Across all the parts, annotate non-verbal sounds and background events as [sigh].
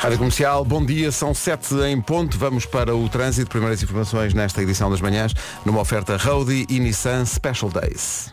Rádio Comercial, bom dia, são 7 em ponto. Vamos para o trânsito. Primeiras informações nesta edição das manhãs, numa oferta Roadie e Nissan Special Days.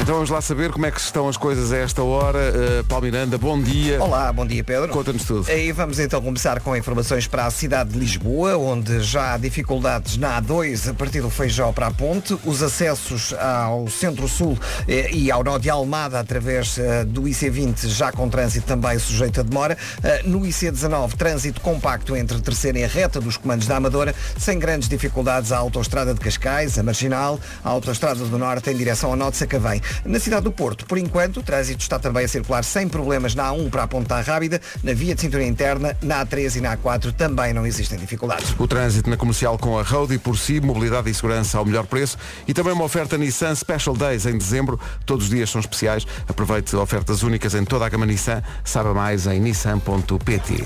Então vamos lá saber como é que estão as coisas a esta hora. Uh, Paulo Miranda, bom dia. Olá, bom dia Pedro. Conta-nos tudo. Aí vamos então começar com informações para a cidade de Lisboa, onde já há dificuldades na A2 a partir do Feijó para a Ponte. Os acessos ao Centro-Sul eh, e ao Nó de Almada através eh, do IC20 já com trânsito também sujeito a demora. Eh, No IC19, trânsito compacto entre a terceira e a reta dos comandos da Amadora, sem grandes dificuldades à autoestrada de Cascais, a Marginal, à autoestrada do Norte em direção ao Nó de Sacavém. Na cidade do Porto, por enquanto, o trânsito está também a circular sem problemas na A1 para a Ponta Rábida, na via de cintura interna, na A3 e na A4 também não existem dificuldades. O trânsito na comercial com a Road e por si, mobilidade e segurança ao melhor preço e também uma oferta Nissan Special Days em dezembro. Todos os dias são especiais. Aproveite ofertas únicas em toda a gama Nissan. Saiba mais em nissan.pt.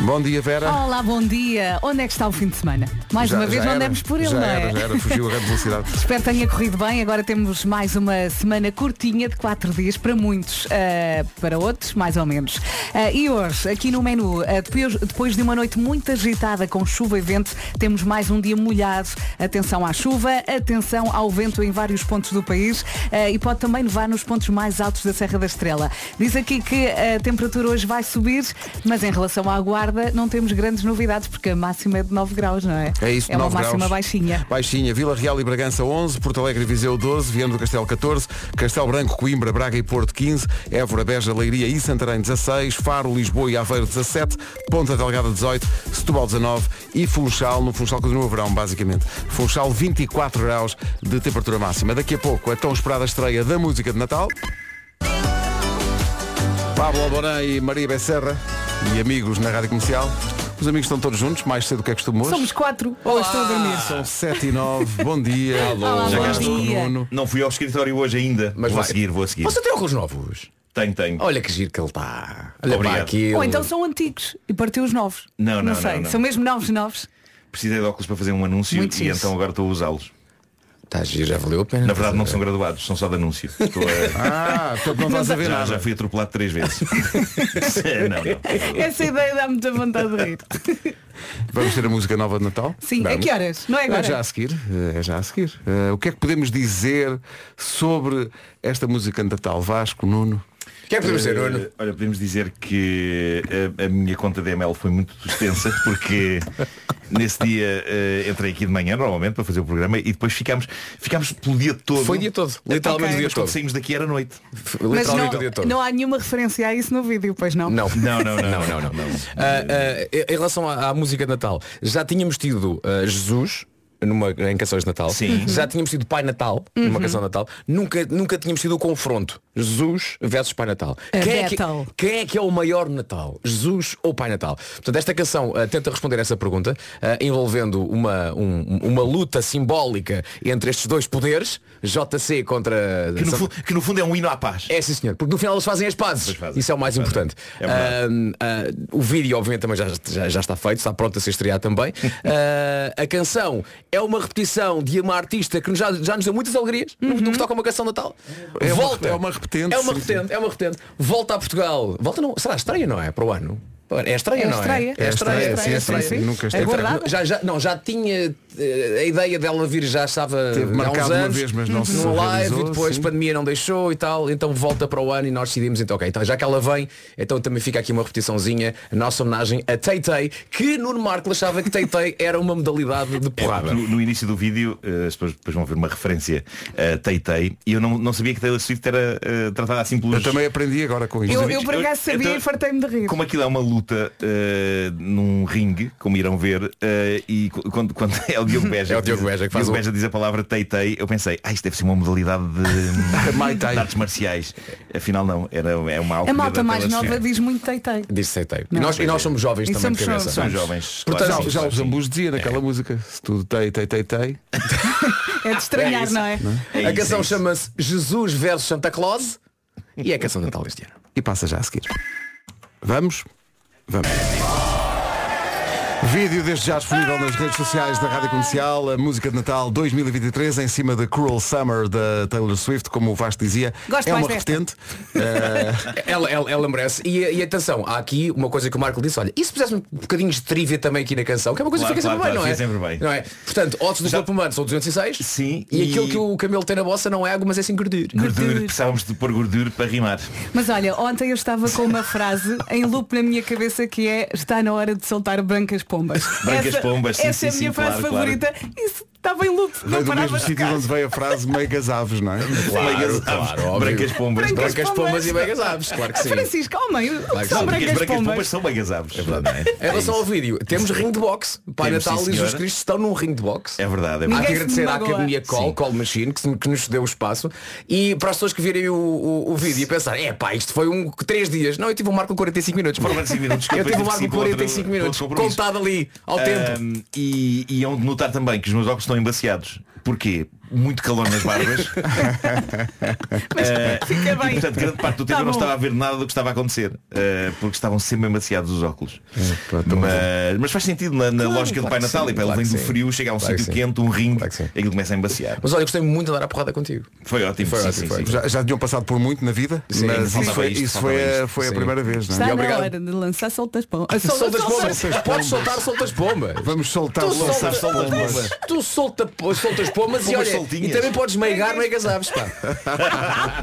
Bom dia, Vera. Olá, bom dia. Onde é que está o fim de semana? Oh, Mais Já- uma vez já não era, andamos por ele, já não é? era, já era, fugiu a grande velocidade. Espero que tenha corrido bem. Agora temos mais uma semana curtinha de quatro dias para muitos, ah, para outros, mais ou menos. Ah, e hoje, aqui no menu, ah, depois, depois de uma noite muito agitada com chuva e vento, temos mais um dia molhado. Atenção à chuva, atenção ao vento em vários pontos do país ah, e pode também nevar nos pontos mais altos da Serra da Estrela. Diz aqui que eh, a temperatura hoje vai subir, mas em relação à guarda não temos grandes novidades porque a máxima é de 9 graus, não é? É isso, É uma 9 máxima graus. baixinha. Baixinha, Vila Real e Bragança 11, Porto Alegre e Viseu 12, Viana do Castelo 14, Castelo Branco, Coimbra, Braga e Porto 15, Évora, Beja, Leiria e Santarém 16, Faro, Lisboa e Aveiro 17, Ponta Delgada 18, Setúbal 19 e Funchal, no Funchal continua o verão basicamente. Funchal 24 graus de temperatura máxima. Daqui a pouco a tão esperada estreia da música de Natal. Pablo Alborã e Maria Becerra e amigos na Rádio Comercial. Os amigos estão todos juntos, mais cedo do que é costume hoje. Somos quatro. Ou estão a dormir. São 7 e 9, bom dia. Olá, Já bom gasto Vasco, dia. Nuno. Não fui ao escritório hoje ainda. Mas vou vai. seguir, vou seguir. Você tem óculos novos? Tenho, tenho. Olha que giro que ele está. Olha Obrigado. para aquilo. Ou então são antigos e partiu os novos. Não, não, sei. não, não. São mesmo novos, novos. Precisei de óculos para fazer um anúncio Muito e fixe. então agora estou a usá-los. Está Tá giro, já valeu a pena. Na verdade não são graduados, são só de [laughs] anúncio. Estou a- Ah, portanto não estás a ver já, nada. já fui atropelado três [laughs] vezes. [laughs] não, não. Essa ideia dá-me muita vontade de rir. Vamos ter a música nova de Natal? Sim, Vamos. a que horas? Não é agora? É já a seguir, é já a seguir. Eh, o que é que podemos dizer sobre esta música de Natal? Vasco, Nuno? O que é que podemos dizer, Nuno? Eh, Olha, podemos dizer que a, a minha conta DML foi muito extensa [laughs] porque nesse dia eh, entrei aqui de manhã normalmente para fazer o programa e depois ficámos, ficámos pelo Um dia todo. Foi o dia todo, literalmente Até- o dia mas quando todo. saímos daqui era noite. Mas Literalmente o dia não, todo. não há nenhuma referência a isso no vídeo, pois não? Não. Não, não, não, não, não, não. Ah, ah, em relação à, à música de Natal, já tínhamos tido ah, Jesus numa, em canções de Natal. Uhum. Sim. Já tínhamos tido Pai Natal, numa canção de Natal. Nunca, nunca tínhamos tido o confronto. Jesus versus Pai Natal. A Quem é, que, battle. quem é que é o maior Natal? Jesus ou Pai Natal? Portanto, esta canção ah, tenta responder essa pergunta, ah, envolvendo uma, um- uma luta simbólica entre estes dois poderes, JC contra Que, no, fu- que no fundo é um hino à paz. é sim senhor, porque no final eles fazem as pazes. Pois fazem. Isso é o mais Pois fazem. importante. É verdade. Ahm, ah, o vídeo obviamente também já, já, já está feito, está pronto a ser [laughs] estreado também. Ah, a canção é uma repetição de uma artista que nos- já, já nos deu muitas alegrias no- Uhum. no que toca a uma canção de Natal. É uma- Volta. é uma repetente, É uma sim, repetente, é uma repetente. Volta a Portugal. Volta não. Será estreia, não é? Para o ano? É estreia, É não estreia. é? É estreia. É estreia, é sim, estreia. sim, sim. Nunca É esteve. guardado. Já, já- não, já tinha eh, a ideia dela vir, já estava Teve há uns marcado uma anos, vez, mas não se num live e realizou, depois sim. pandemia não deixou e tal, então volta para o ano e nós decidimos, então ok, então já que ela vem, então também fica aqui uma repetiçãozinha, a nossa homenagem a Teitei, que Nuno Marco achava que Teitei era uma modalidade de É, porrada. no, no início do vídeo, eh, as pessoas depois vão ver uma referência a Teitei e eu não, não sabia que Taylor Swift era eh, tratada assim pelos. Eu também aprendi agora com isto. Eu, eu por acaso sabia Então, e fartei-me de rir. Como aquilo é uma luta eh, num ringue, como irão ver, eh, e cu- quando, quando [laughs] é o Diogo Beja, É o Diogo Beja que faz o- diz a palavra Teitei, eu pensei, ah, isto deve ser uma modalidade de, [laughs] Muay Thai. de artes marciais. Afinal não, era, é uma A alcunha malta da mais Taylor nova Swift. diz muito teitei. Disse Teitei. E Não. nós, e nós somos jovens E também de somos cabeça. jovens. São jovens. Portanto, claro, Já, sim, já sim. os ambos dizia naquela música, se tudo tei, tei, tei, tei. É de estranhar, não é? É isso, a canção é isso. chama-se Jesus versus Santa Claus e é a canção de Natal este ano. E passa já a seguir. Vamos? Vamos. Vídeo desde já disponível nas redes sociais da Rádio Comercial, a música de Natal 2023 em cima da Cruel Summer da Taylor Swift, como o Vasco dizia. Gosto é mais uma desta. repetente. Ela, ela, ela merece. E, e atenção, há aqui uma coisa que o Marco disse, olha, e se pusesse um bocadinho de trivia também aqui na canção, que é uma coisa que Claro, fica sempre claro, bem, claro, fica não é? sempre bem. Não é? Portanto, odds do corpo humano são 206. Sim, E, e- aquilo que o Camelo tem na bossa não é água, mas é sem gordura. Gordura, precisávamos de pôr gordura para rimar. Mas olha, ontem eu estava com uma frase em loop na minha cabeça que é está na hora de soltar brancas pombas. Brancas pombas, sim, Essa é a sim, minha sim, frase claro, favorita. Isso estava em loop. Veio Não do parava mesmo sítio de onde veio a frase meigas aves, [laughs] não é? Meigas- claro, ah, óbvio. brancas pombas. Brancas Brancas pombas e meias aves, claro [laughs] É que sim. Francisco, oh mãe, o que que são Porque as sim. brancas brancas pombas pombas? são bem aves. É verdade, não é? Em relação ao vídeo, temos ring de boxe. Pai Temos, Natal sim, e Jesus senhora. Cristo estão num ring de boxe. É verdade, é Há verdade. que Ninguém se agradecer à magoa. Academia Call, Call Machine, que, se- que nos deu o espaço. E para as pessoas que virem o, o, o vídeo e pensarem, é pá, isto foi um 3 dias. Não, eu tive um marco com 45 minutos. pá. 45 minutos, eu desculpa, tive um tive marco que com ir para outro- 45 minutos. outro compromisso. Contado ali, ao Ehm, tempo. Ahm, e, e hão de notar também que os meus óculos estão embaciados. Porquê? Muito calor nas barbas. Mas fica E bem. eh, portanto grande parte do tempo Tá eu não bom. estava a ver nada do que estava a acontecer eh, Porque estavam sempre emaciados os óculos mas, mas faz sentido na, na lógica do então, Pai claro que Natal sim, E para ele claro vem que do sim. frio, chega a um Claro que sítio sim. quente, um ringue Claro que sim. E ele começa a embaciar Mas olha, gostei muito de dar a porrada contigo. Foi ótimo, Foi sim, ótimo, sim, foi sim. ótimo. Já, já deviam passado por muito na vida, Sim, mas faltava isso foi, isto, isso faltava foi, a, isto. foi a Sim. primeira vez, não é? Está na obrigado. hora de lançar soltas pombas. Soltas pombas. soltas Podes pombas. soltar soltas pombas. Vamos soltar Tu logo soltas as pombas. pombas. Tu solta, soltas pombas e Pombas olha, e soltinhas. também podes meigar meigas aves, pá.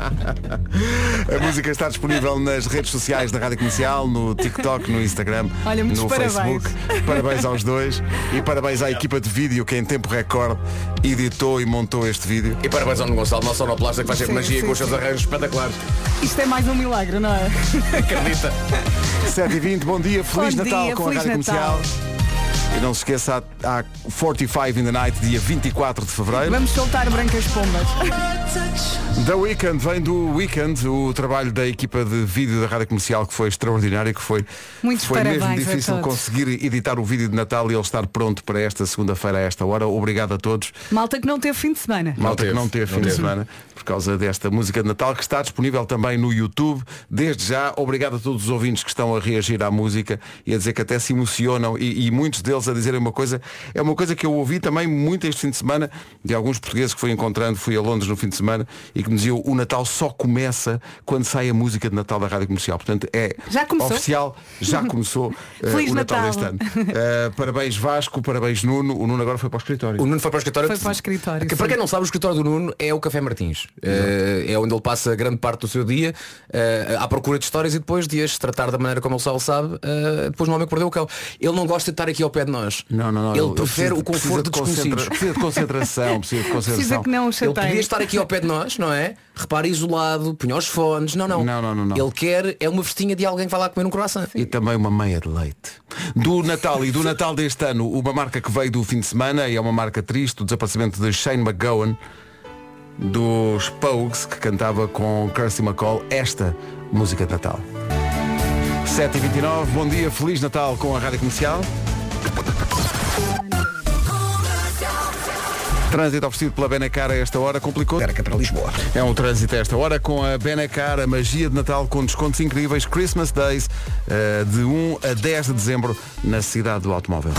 A música está disponível nas redes sociais da Rádio Comercial, no TikTok, no Instagram, [laughs] Olha, muitos no parabéns. Facebook. Parabéns aos dois e parabéns à equipa de vídeo que em tempo recorde editou e montou este vídeo. E parabéns ao Nuno Gonçalo, nosso sonoplasta que faz sempre Sim, magia sim, com os seus sim. arranjos espetaculares. Isto é mais um milagre, não é? Acredita. 7h20, bom dia, Feliz Bom Natal dia, com a Feliz Rádio Natal. Comercial. E não se esqueça, há, há 45 in the Night, dia 24 de Fevereiro. Vamos soltar brancas pombas. The Weekend vem do Weekend, o trabalho da equipa de vídeo da Rádio Comercial que foi extraordinário, que foi, Muitos foi mesmo parabéns a difícil todos. conseguir editar o vídeo de Natal e ele estar pronto para esta segunda-feira a esta hora. Obrigado a todos. Malta que não teve fim de semana. Malta que teve, não teve fim não de teve. semana por causa desta música de Natal que está disponível também no YouTube. Desde já, obrigado a todos os ouvintes que estão a reagir à música e a dizer que até se emocionam e, e muitos deles a dizerem uma coisa. É uma coisa que eu ouvi também muito este fim de semana de alguns portugueses que fui encontrando, fui a Londres no fim de semana e que me diziam o Natal só começa quando sai a música de Natal da Rádio Comercial. Portanto, é Já começou? oficial, [laughs] já começou eh, Feliz o Natal, Natal. deste ano. Eh, parabéns Vasco, parabéns Nuno. O Nuno agora foi para o escritório. O Nuno foi para o escritório. Foi para o escritório, É Que, para sim. quem não sabe, o escritório do Nuno é o Café Martins. Eh, é onde ele passa grande parte do seu dia eh, à procura de histórias e depois de as tratar da maneira como ele só sabe, eh, depois no homem que perdeu o cão. Ele não gosta de estar aqui ao pé de nós. Não, não, não. Ele precisa- prefere o conforto de precisa desconhecidos. Precisa de concentração, precisa de Precisa concentração. que não o Ele chateiem. podia estar aqui ao pé de nós, não é? Repara isolado, punha os fones. Não, não. Não, não, não, não. Ele quer é uma festinha de alguém que vai lá comer um croissant. E também uma meia de leite. Do Natal e do Natal deste ano, uma marca que veio do fim de semana e é uma marca triste, o desaparecimento de Shane McGowan, dos Pogues, que cantava com Kirsty McCall esta música de Natal. 7h29, bom dia, Feliz Natal com a Rádio Comercial. Trânsito oferecido pela Benacar a esta hora complicou. Perca para Lisboa. É um trânsito a esta hora com a Benacar, a magia de Natal com descontos incríveis, Christmas Days, eh, de 1 a 10 de dezembro na cidade do automóvel.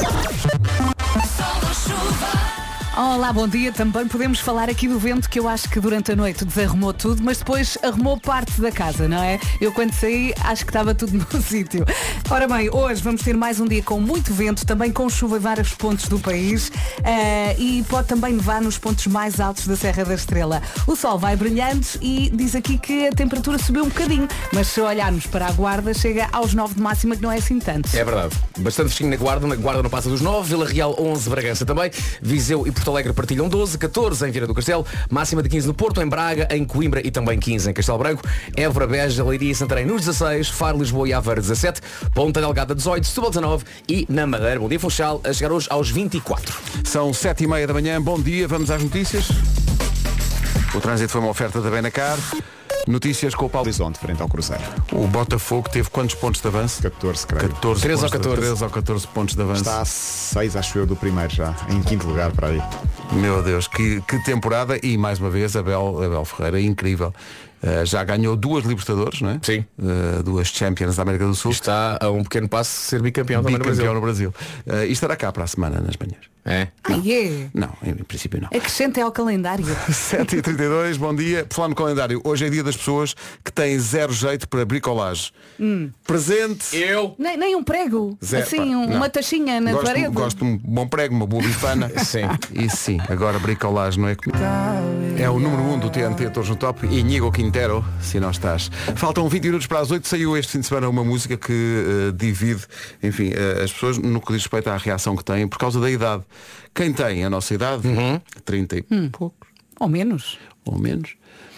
Olá, bom dia. Também podemos falar aqui do vento que eu acho que durante a noite desarrumou tudo, mas depois arrumou parte da casa, não é? Eu quando saí acho que estava tudo [laughs] no sítio. Ora bem, hoje vamos ter mais um dia com muito vento, também com chuva em vários pontos do país eh, e pode também nevar nos pontos mais altos da Serra da Estrela. O sol vai brilhando e diz aqui que a temperatura subiu um bocadinho, mas se olharmos para a guarda chega aos 9 de máxima, que não é assim tanto. É verdade. Bastante fresquinho na Guarda. Na Guarda não passa dos 9. Vila Real 11, Bragança também. Viseu e Porto Alegre partilham 12. 14 em Vieira do Castelo. Máxima de 15 no Porto, em Braga, em Coimbra e também 15 em Castelo Branco. Évora, Beja, Leiria e Santarém nos 16. Faro, Lisboa e Aveiro 17. Ponta Delgada 18. Setúbal 19. E na Madeira, Bom Dia Funchal, a chegar hoje aos 24. São 7h30 da manhã, bom dia, vamos às notícias. O trânsito foi uma oferta da Benacar. Notícias com o Paulo. Horizonte, frente ao Cruzeiro. O Botafogo teve quantos pontos de avanço? 14, creio. 14 Três pontos ou 14. De, 13 ou 14 pontos de avanço. Está a 6, acho eu, do primeiro já. Em quinto lugar, para aí. Meu Deus, que, que temporada e mais uma vez Abel, Abel Ferreira, incrível. Eh, já ganhou duas Libertadores, não é? Sim. Eh, duas Champions da América do Sul. Está a um pequeno passo de ser bicampeão também no Bicampeão Brasil. no Brasil. Eh, e estará cá para a semana, nas manhãs. É. Ah, é. Não, em princípio [laughs] não. Acrescentem ao calendário. 7h32, bom dia. Falar no calendário. Hoje é dia das pessoas que têm zero jeito para bricolagem. Presente. Eu. Nem, nem um prego. Zero, pá, assim, um- não. uma taxinha na gosto, parede. Gosto de um bom prego, uma boa bifana. Sim. Isso [laughs] sim. Agora bricolagem não é comigo. É o número 1 um do TNT Todos no Top, Inigo Quintero, se não estás. Faltam 20 minutos para as 8, saiu este fim de semana uma música que eh, divide, enfim, eh, as pessoas no que diz respeito à reação que têm por causa da idade. Quem tem a nossa idade, 30 e poucos, Ou menos. ou menos,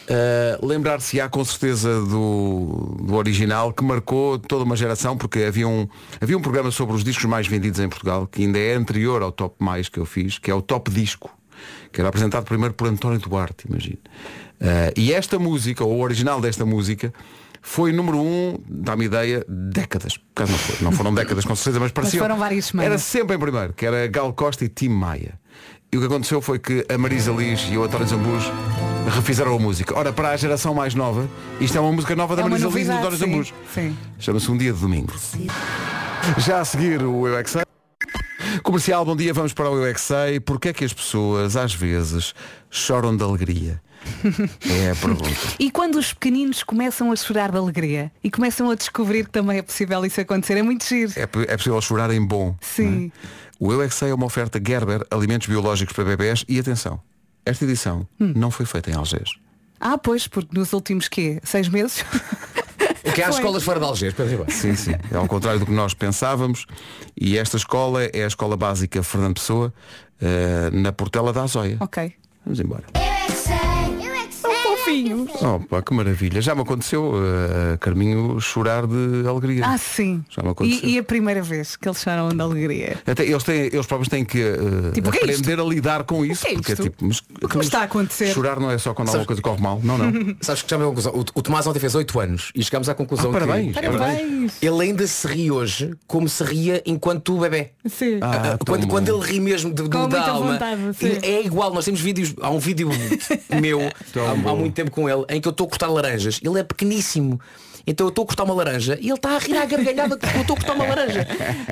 eh, lembrar-se-á com certeza do, do original que marcou toda uma geração, porque havia um, havia um programa sobre os discos mais vendidos em Portugal, que ainda é anterior ao Top Mais que eu fiz, que é o Top Disco, que era apresentado primeiro por António Duarte, imagino. Eh, e esta música, ou o original desta música, foi número um, dá-me ideia, décadas. Por acaso não, foi, não foram décadas com certeza, mas pareciam. foram várias semanas. Era sempre em primeiro, que era Gal Costa e Tim Maia. E o que aconteceu foi que a Marisa Liz e o António Zambus refizeram a música. Ora, para a geração mais nova, isto é uma música nova da É uma Marisa Liz e do novidade, António Zambus. sim, sim. Chama-se Um Dia de Domingo. Já a seguir o Eu é Que Sei. Comercial, bom dia, vamos para o Eu é Que Sei. Porquê é que as pessoas, às vezes, choram de alegria? É a [laughs] pergunta. E quando os pequeninos começam a chorar de alegria e começam a descobrir que também é possível isso acontecer, é muito giro. É, po- é possível chorar em bom. Sim. O Eu é que Sei é uma oferta Gerber, alimentos biológicos para bebés e atenção, esta edição Hum. não foi feita em Algés. Ah, pois, porque nos últimos quê? Seis meses? O que há [laughs] Foi. escolas fora de Algés, Pedro Ribeiro? Sim, sim. É ao contrário do que nós pensávamos. E esta escola é a Escola Básica Fernando Pessoa, eh, na Portela da Azóia. ok. Vamos embora. É Um Fofinho. Opa, que maravilha. Já me aconteceu, eh, Carminho, chorar de alegria. Ah, sim. Já me aconteceu. E, e a primeira vez que eles choram de alegria. Até eles, têm, eles próprios têm que eh, Tipo, o que é isto? aprender a lidar com isso. que é porque isto? tipo, mas, O que me está a acontecer? Chorar não é só quando alguma coisa corre mal. Não, [laughs] não. Sabes que chegamos à conclusão. O, o Tomás ontem fez 8 anos e chegámos à conclusão Ah, que- parabéns. É Parabéns. Ele ainda se ri hoje como se ria enquanto bebê. Sim. Ah, Ah, tão quando, bom. quando ele ri mesmo de, de, Com da muita alma vontade, sim. é igual, nós temos vídeos, há um [laughs] vídeo meu há, há bom. muito tempo com ele, em que eu estou a cortar laranjas, ele é pequeníssimo, então eu estou a cortar uma laranja e ele está a rir à gargalhada porque eu estou a cortar uma laranja,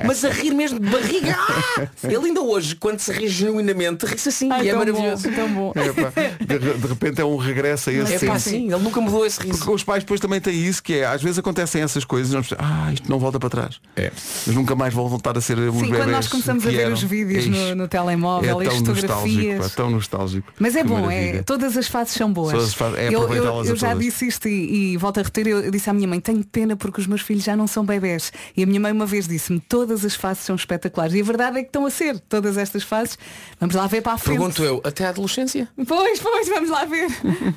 mas a rir mesmo [laughs] de barriga. Ah! Ele ainda hoje, quando se ri genuinamente, ri-se assim Ai, e é tão maravilhoso. Bom, tão bom. Epá, É, de, de repente é um regresso a esse É tempo. pá, sim, ele nunca mudou esse riso. Porque os pais depois também têm isso, que é, às vezes acontecem essas coisas e nós pensamos, ah, isto não volta para trás. É. Mas nunca mais vão voltar a ser os Sim, bebés quando nós começamos que a ver eram. os vídeos Ixi, no, no telemóvel é e tão as nostálgico, pá, fotografias. tão nostálgico. Mas é Que bom, maravilha. é, todas as fases são boas. Todas as fases- é eu, eu- aproveitá-las eu a já todas. disse isto e, e volto a repetir, eu disse à minha mãe, tenho pena porque os meus filhos já não são bebés. E a minha mãe uma vez disse-me, todas as fases são espetaculares. E a verdade é que estão a ser, todas estas fases. Vamos lá ver para a frente. Pergunto eu, até a adolescência? Pois, pois, vamos lá ver.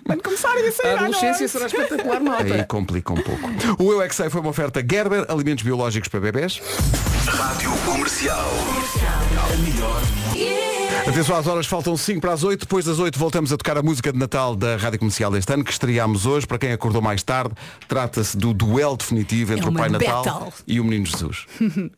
Quando começarem a "Ah, sair A à adolescência noite. [laughs] será espetacular, não Aí complica um pouco. O Eu é que Sei foi uma oferta Gerber, alimentos biológicos para bebés. Atenção às horas, faltam 5 para as 8. Depois das 8 voltamos a tocar a música de Natal da Rádio Comercial deste ano, que estreámos hoje. Para quem acordou mais tarde, trata-se do duelo definitivo entre É o uma Pai Natal battle. e o Menino Jesus.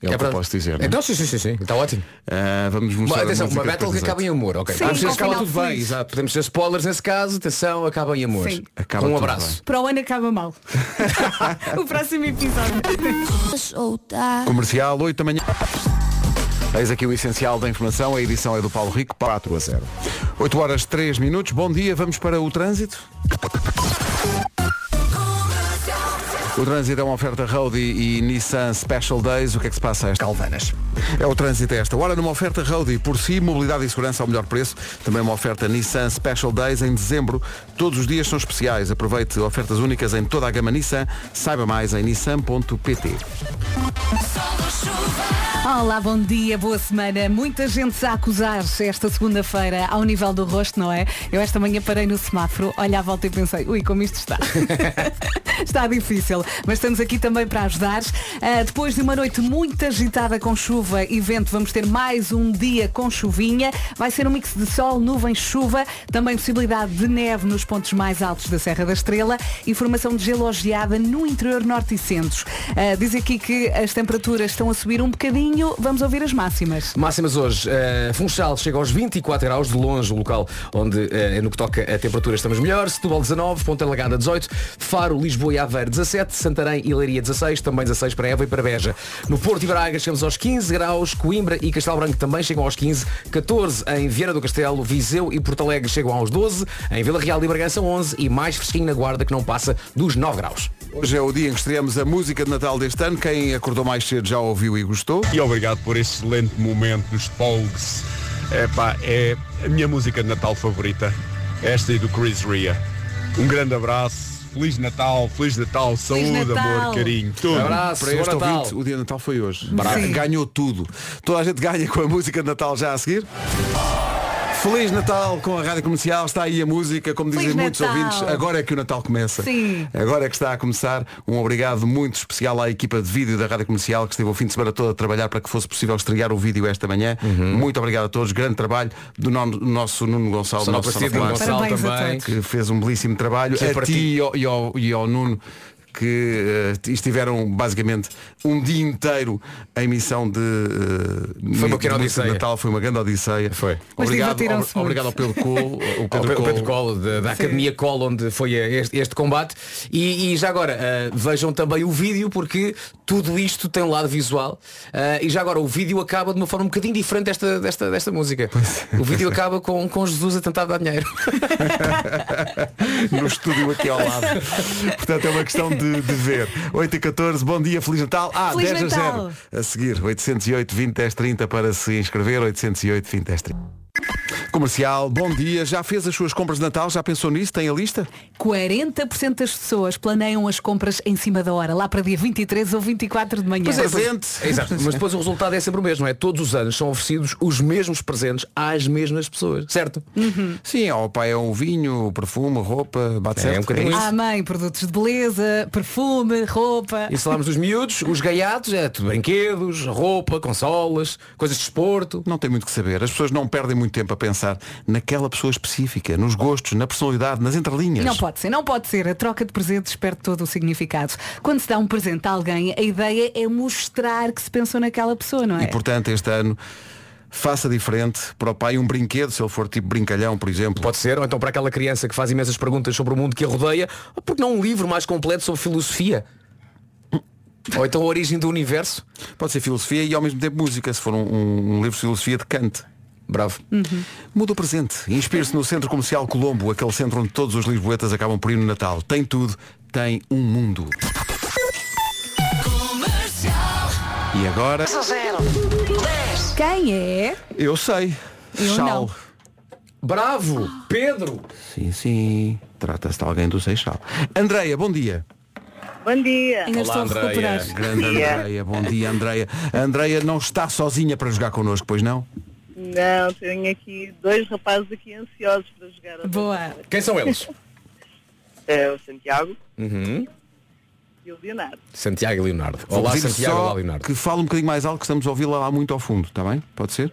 É, o que eu posso dizer. não é? Então sim, sim, sim, sim. Está ótimo. Ah, vamos Uma, mostrar atenção, a música uma battle que depois das acaba em amor, ok. Sim, Às com vezes acaba final tudo bem, feliz. exato. Podemos ter spoilers nesse caso, atenção, acaba em amor. Sim. Acaba um tudo abraço. [laughs] Para o ano acaba mal. [laughs] o próximo episódio. oito. Comercial, 8 da manhã. Eis aqui o essencial da informação. A edição é do Paulo Rico. 4 a 0. 8 horas 3 minutos. Bom dia, vamos para o trânsito. O trânsito é uma oferta Roadie e Nissan Special Days. O que é que se passa a esta? Calvanas. É o trânsito a esta hora numa oferta Roadie por si, mobilidade e segurança ao melhor preço. Também uma oferta Nissan Special Days em dezembro. Todos os dias são especiais. Aproveite ofertas únicas em toda a gama Nissan. Saiba mais em nissan.pt. Olá, bom dia, boa semana. Muita gente a acusar esta segunda-feira ao nível do rosto, não é? Eu esta manhã parei no semáforo, olhei à volta e pensei, ui, como isto está. Está difícil, mas estamos aqui também para ajudar. Ah, depois de uma noite muito agitada com chuva e vento, vamos ter mais um dia com chuvinha. Vai ser um mix de sol, nuvem, chuva, também possibilidade de neve nos pontos mais altos da Serra da Estrela e formação de gelogeada no interior norte e centro. Ah, diz aqui que as temperaturas estão a subir um bocadinho. Vamos ouvir as máximas. Máximas hoje, eh, Funchal chega aos 24 graus, de longe o local onde, eh, no que toca a temperatura, estamos melhor. Setúbal 19, Ponta Lagada 18, Faro, Lisboa e Aveiro 17, Santarém e Leiria 16, também 16 para Évora e para Beja. No Porto e Braga chegamos aos 15 graus, Coimbra e Castelo Branco também chegam aos 15, 14 em Vieira do Castelo, Viseu e Porto Alegre chegam aos 12, em Vila Real e Bragança 11 e mais fresquinho na Guarda que não passa dos 9 graus. Hoje é o dia em que estreamos a música de Natal deste ano. Quem acordou mais cedo já ouviu e gostou. E obrigado por este excelente momento dos Pogues. Epá, é a minha música de Natal favorita. Esta e do Chris Ria. Um grande abraço. Feliz Natal, Feliz Natal, saúde, Natal. amor, carinho, tudo. Abraço, Para este bom Natal. ouvinte, o dia de Natal foi hoje. Bravo. Sim. Ganhou tudo. Toda a gente ganha com a música de Natal já a seguir. Feliz Natal com a Rádio Comercial, está aí a música, como dizem Feliz muitos Natal. ouvintes, agora é que o Natal começa. Sim. Agora é que está a começar. Um obrigado muito especial à equipa de vídeo da Rádio Comercial que esteve o fim de semana todo a trabalhar para que fosse possível estrear o vídeo esta manhã. Uhum. Muito obrigado a todos, grande trabalho do non- nosso Nuno Gonçalves, Só não nosso aparecido sonoplasta, Gonçalo Parabéns a também. todos. que fez um belíssimo trabalho. Que é a para ti, ti. E, ao, e ao- e ao Nuno que eh, estiveram basicamente um dia inteiro em missão de eh, Foi de uma pequena música de odisseia. Natal, foi uma grande odisseia. Foi. Mas Obrigado, divertiram-se obri- muito. obrigado ao Pedro Colo, o ao Pe- Pedro ao Colo. Pedro Colo, da, da Academia Colo, onde foi este, este combate. E, e já agora, ah, vejam também o vídeo, porque tudo isto tem um lado visual. Ah, e já agora, o vídeo acaba de uma forma um bocadinho diferente desta, desta, desta música. é. O vídeo acaba com, com Jesus a tentar [laughs] dar dinheiro. no estúdio aqui ao [laughs] lado. Portanto, é uma questão de, de ver. 8 e 14, bom dia, Feliz Natal. Ah, Feliz 10 Natal. a 0. A seguir, 808 20 10 30 para se inscrever, 808 20 10 30. Comercial, bom dia. Já fez as suas compras de Natal? Já pensou nisso? Tem a lista? 40% das pessoas planeiam as compras em cima da hora, lá para dia 23 ou 24 de manhã. é, Presente. Exato. Mas depois o resultado é sempre o mesmo, é todos os anos são oferecidos os mesmos presentes às mesmas pessoas, certo? Sim, ao pai é um vinho, perfume, roupa, bate É, certo. um bocadinho À mãe, produtos de beleza, perfume, roupa. E se falarmos dos miúdos, os gaiados, é tudo brinquedos, roupa, consolas, coisas de esporto. Não tem muito que saber. As pessoas não perdem muito tempo a pensar naquela pessoa específica, nos gostos, na personalidade, nas entrelinhas. Não pode ser, não pode ser. A troca de presentes perde todo o significado. Quando se dá um presente a alguém, a ideia é mostrar que se pensou naquela pessoa, não é? E portanto, este ano, faça diferente para o pai um brinquedo, se ele for tipo brincalhão, por exemplo. Pode ser, ou então para aquela criança que faz imensas perguntas sobre o mundo que a rodeia, ou porque não um livro mais completo sobre filosofia? Ou então a origem do universo? Pode ser filosofia e ao mesmo tempo música, se for um, um- um livro de filosofia de Kant. Uhum. Bravo. Muda o presente. Inspire-se no Centro Comercial Colombo, aquele centro onde todos os lisboetas acabam por ir no Natal. Tem tudo, tem um mundo. E agora? Quem é? Eu sei. Eu Sal. não. Bravo, Pedro! Sim, sim. Trata-se de alguém do Seixal. Andreia, bom dia. Bom dia. Ainda estou a Andreia. recuperar. Grande Andreia, bom dia Andreia. A Andreia não está sozinha para jogar connosco, pois não? Não, tenho aqui dois rapazes aqui ansiosos para jogar. Boa. Quem são eles? É o Santiago Uhum. e o Leonardo. Santiago e Leonardo. Olá Vou pedir Santiago, só olá Leonardo. Que fala um bocadinho mais alto que estamos a ouvi-la lá muito ao fundo, está bem? Pode ser?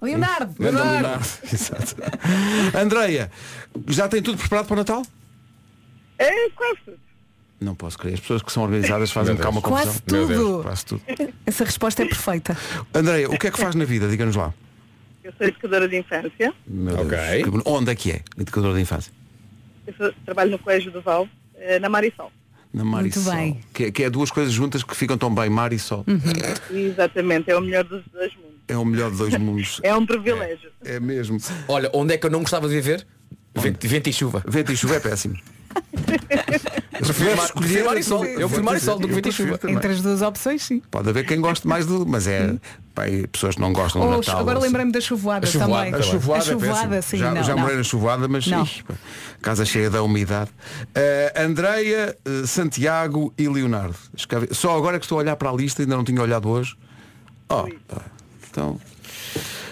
Leonardo. Hum. Grande Leonardo. [laughs] Exato. Andreia, já tem tudo preparado para o Natal? É, quase tudo. Não posso crer. As pessoas que são organizadas fazem Meu cá uma Deus. confusão. Quase tudo. Quase tudo. Essa resposta [laughs] é perfeita. Andreia, o que é que faz na vida? Diga-nos lá. Eu sou educadora de infância. Meu Ok. Deus, que bon- Onde é que é? Educadora de infância. Eu sou- trabalho no Colégio do Val, eh, na Marisol. Na mar Muito e sol. bem. Uhum. Que, que é duas coisas juntas que ficam tão bem, mar e sol. E, exatamente, é o melhor dos dois mundos. É o melhor de dois mundos. É um privilégio. É mesmo. Olha, onde é que eu não gostava de viver? Vento, vento e chuva. Vento e chuva é péssimo. mar- prefiro mar e sol. Eu prefiro mar e sol do que vento e chuva. Também. Entre as duas opções, sim. Pode haver quem goste mais do. Mas é. pá, e pessoas que não gostam Ou do chu- Natal. agora assim. lembrei-me da chuvoada A chuvoada, também. tá bem. A chuvoada é chuvoada, péssimo. sim. já não, já morei não. na chuvoada, mas Não. ih, pá, casa cheia da umidade. Eh, Andreia, eh, Santiago e Leonardo. Escreve- Só agora é que estou a olhar para a lista, ainda não tinha olhado hoje. Oh, pá, então.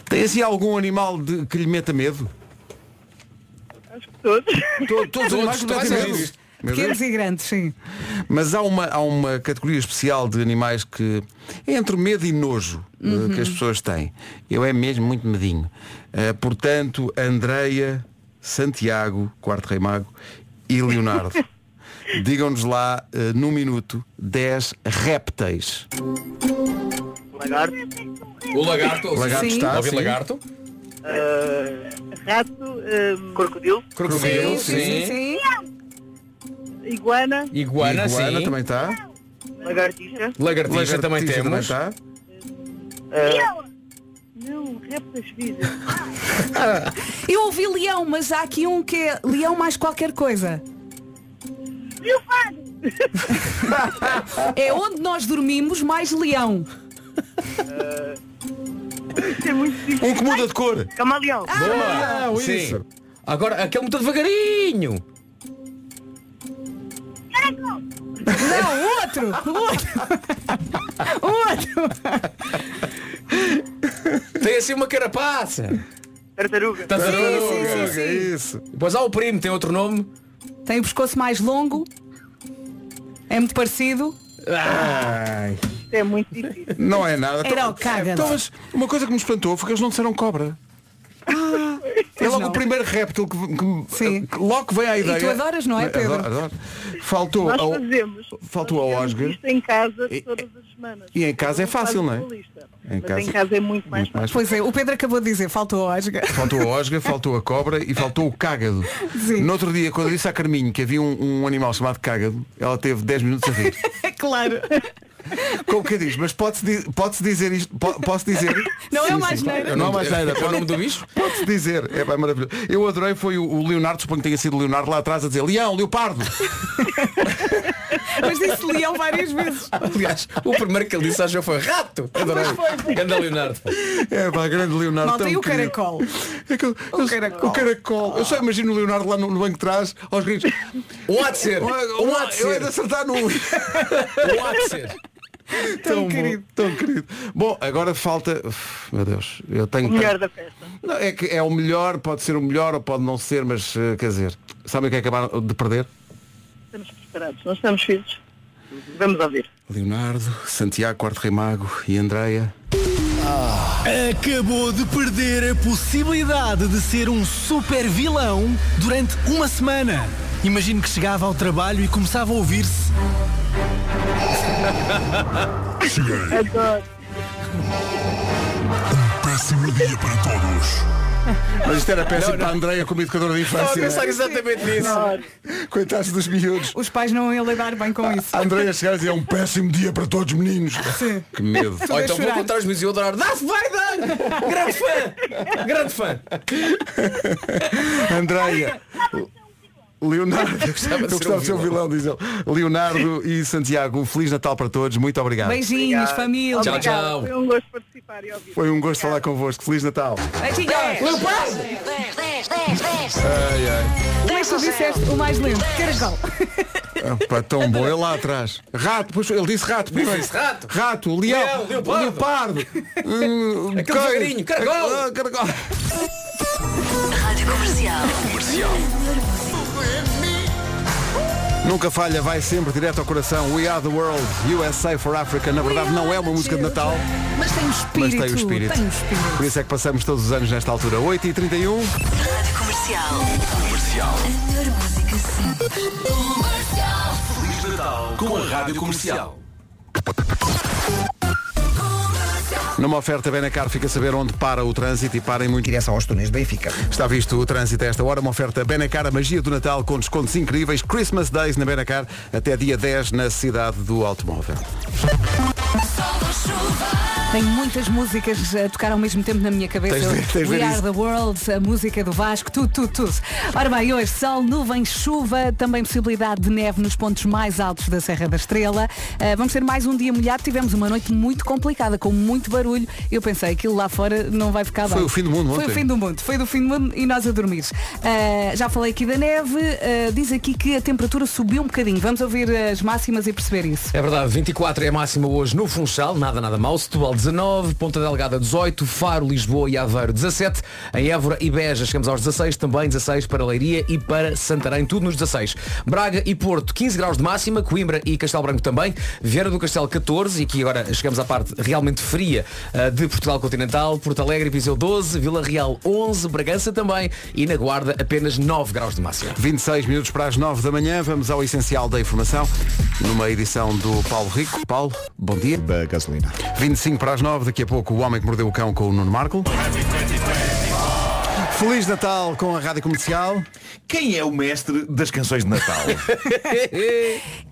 Tem assim algum animal de- que lhe meta medo? Acho que todos. É. To- Todos os animais que lhe metem Todos os medo. é animais. Meu Deus. Pequenos e grandes, sim. Mas há uma, há uma categoria especial de animais que é entre medo e nojo eh, Uhum. que as pessoas têm. Eu é mesmo muito medinho. Eh, portanto, Andreia, Santiago, quarto rei mago, e [laughs] Leonardo. Digam-nos lá, eh, num minuto, 10 répteis. Lagarto, O lagarto, ouvi- Lagarto Sim. está, ouvi sim. lagarto. ah, rato, ah, crocodilo, Crocodilo, sim, sim. sim. iguana, Iguana, Iguana sim. também está. lagartixa. Lagartixa, Lagartixa também tá. temos. está. ah, não, répteis vida. Eu ouvi leão, mas há aqui um que é leão mais qualquer coisa. É onde nós dormimos mais leão. Isto é muito difícil. Um que muda de cor. Camaleão. Boa! Não, sim. isso. Agora, aquele muito devagarinho. Não, o outro! [laughs] O outro! O outro! Tem assim uma carapaça. Tartaruga. Tá- Tartaruga. Sim, sim, É sim, isso. Pois há o primo, tem outro nome. sim. Tem o pescoço mais longo. É muito parecido. Ah. Isto é muito [laughs] difícil. Não é nada. Era o caga-lá. Então, mas uma coisa que me espantou foi que eles não disseram cobra. é Pois logo Ah. não. o primeiro réptil que, que me- Sim. que logo vem à ideia. tu adoras, não é, Pedro? Adoro, adoro. Faltou Nós ao... fazemos. faltou nós a fazemos Osga. Isto em casa E- todas as semanas. e em casa é Cada um fácil, não faz é? uma lista. Em Mas casa- em casa é muito mais Muito fácil. mais Pois é, o Pedro acabou de dizer, faltou a Osga. Faltou a osga, faltou a cobra e faltou o cágado. Sim. No outro dia, quando eu disse à Carminho que havia um, um animal chamado cágado, ela teve 10 minutos a [laughs] rir. [laughs] É claro. Como que diz? Mas pode-se di- pode-se dizer isto? po- posso dizer? Não é mais neira. Não há mais nada. É o nome do bicho? Pode-se dizer. É pá, maravilhoso. Eu adorei foi o, o Leonardo, suponho que tenha sido o Leonardo lá atrás a dizer Leão, Leopardo. Mas disse leão várias vezes. Aliás, o primeiro que ele disse acho eu foi rato. Adorei. Ganda Leonardo. É pá, grande Leonardo. Malta, tão e o querido. caracol? É que eu- eu- o caracol. caracol. Eu só imagino o Leonardo lá no, no banco de trás, aos gritos. Um há de ser. Um há de eu hei ser. de acertar no. [laughs] Um há de ser. tão querido. Tão querido. Bom, agora falta. Uf, Meu Deus, eu tenho. O melhor da festa. Não, é que é o melhor, pode ser o melhor ou pode não ser, mas eh, quer dizer, sabem o que é acabar de perder? Estamos preparados. Nós estamos filhos. Vamos ouvir. Leonardo, Santiago, Quarto Rei Mago e Andreia. Acabou de perder a possibilidade de ser um super vilão durante uma semana. Imagino que chegava ao trabalho e começava a ouvir-se. Adoro. Péssimo dia para todos. Mas isto era péssimo para a Andreia como educadora de Estava a infância. pensar exatamente nisso. né? Coitados dos miúdos. Os pais não iam lidar bem com isso. A Andreia chegar e dizer é um péssimo dia para todos os meninos. Sim. Que medo. Ou então a vou chorar. contar os meus e eu adorar. Darth Vader! Grande fã! Grande fã! Andreia. Leonardo, eu gostava de ser gostava um de ser um vilão, diz ele. Leonardo e Santiago, um Feliz Natal para todos, muito obrigado. Beijinhos, família. Tchau, tchau. Foi um gosto participar e ouvir. Foi um gosto falar convosco. Feliz Natal. Beijinhos. Ai, ai. Como é que tu disseste o mais lento? Caracol. Ah, Pá, tão bom, ele lá atrás. Rato, pois ele disse rato primeiro. Disse rato. Rato, leão, Leão, leopardo. [laughs] leopardo. Hum, coelho. Aquele devagarinho, caracol. Ah, caracol. Rádio Comercial. Nunca falha, vai sempre direto ao coração. We are the world, USA for Africa. Na verdade, não é uma música de Natal, Mas tem o mas espírito. tem o espírito. Tem o espírito. Por isso é que passamos todos os anos nesta altura. 8h31. Rádio Comercial. Comercial. A melhor música sempre. Comercial. Com a rádio comercial. Numa oferta Benacar, fica a saber onde para o trânsito e parem muito. Direção aos túneis de Benfica. Está visto o trânsito a esta hora, uma oferta Benacar, a magia do Natal com descontos incríveis. Christmas Days na Benacar, até dia 10 na cidade do automóvel. Tenho muitas músicas a tocar ao mesmo tempo na minha cabeça. Tens de ver- tens de We ver Are isso. the World, a música do Vasco, tudo, tudo, tudo. Ora bem, hoje sol, nuvem, chuva, também possibilidade de neve nos pontos mais altos da Serra da Estrela. Ah, vamos ter mais um dia molhado. Tivemos uma noite muito complicada, com muito barulho. Eu pensei, aquilo lá fora não vai ficar bem. Foi o fim do mundo Foi ontem. o fim do mundo. Foi do fim do mundo e nós a dormir. Ah, já falei aqui da neve. ah, diz aqui que a temperatura subiu um bocadinho. Vamos ouvir as máximas e perceber isso. É verdade, 24 é a máxima hoje no Funchal, nada, nada mal, Setúbal 19, Ponta Delgada 18, Faro, Lisboa e Aveiro 17, em Évora e Beja chegamos aos 16, também 16 para Leiria e para Santarém, tudo nos 16. Braga e Porto 15 graus de máxima, Coimbra e Castelo Branco também, Vieira do Castelo 14 e aqui agora chegamos à parte realmente fria ah, de Portugal Continental, Porto Alegre e Viseu 12, Vila Real 11, Bragança também e na Guarda apenas 9 graus de máxima. 26 minutos para as 9 da manhã, vamos ao essencial da informação, numa edição do Paulo Rico. Paulo, bom dia. Da gasolina. 25 para as 9, daqui a pouco o Homem que Mordeu o Cão com o Nuno Marco. Feliz Natal com a Rádio Comercial. Quem é o mestre das canções de Natal?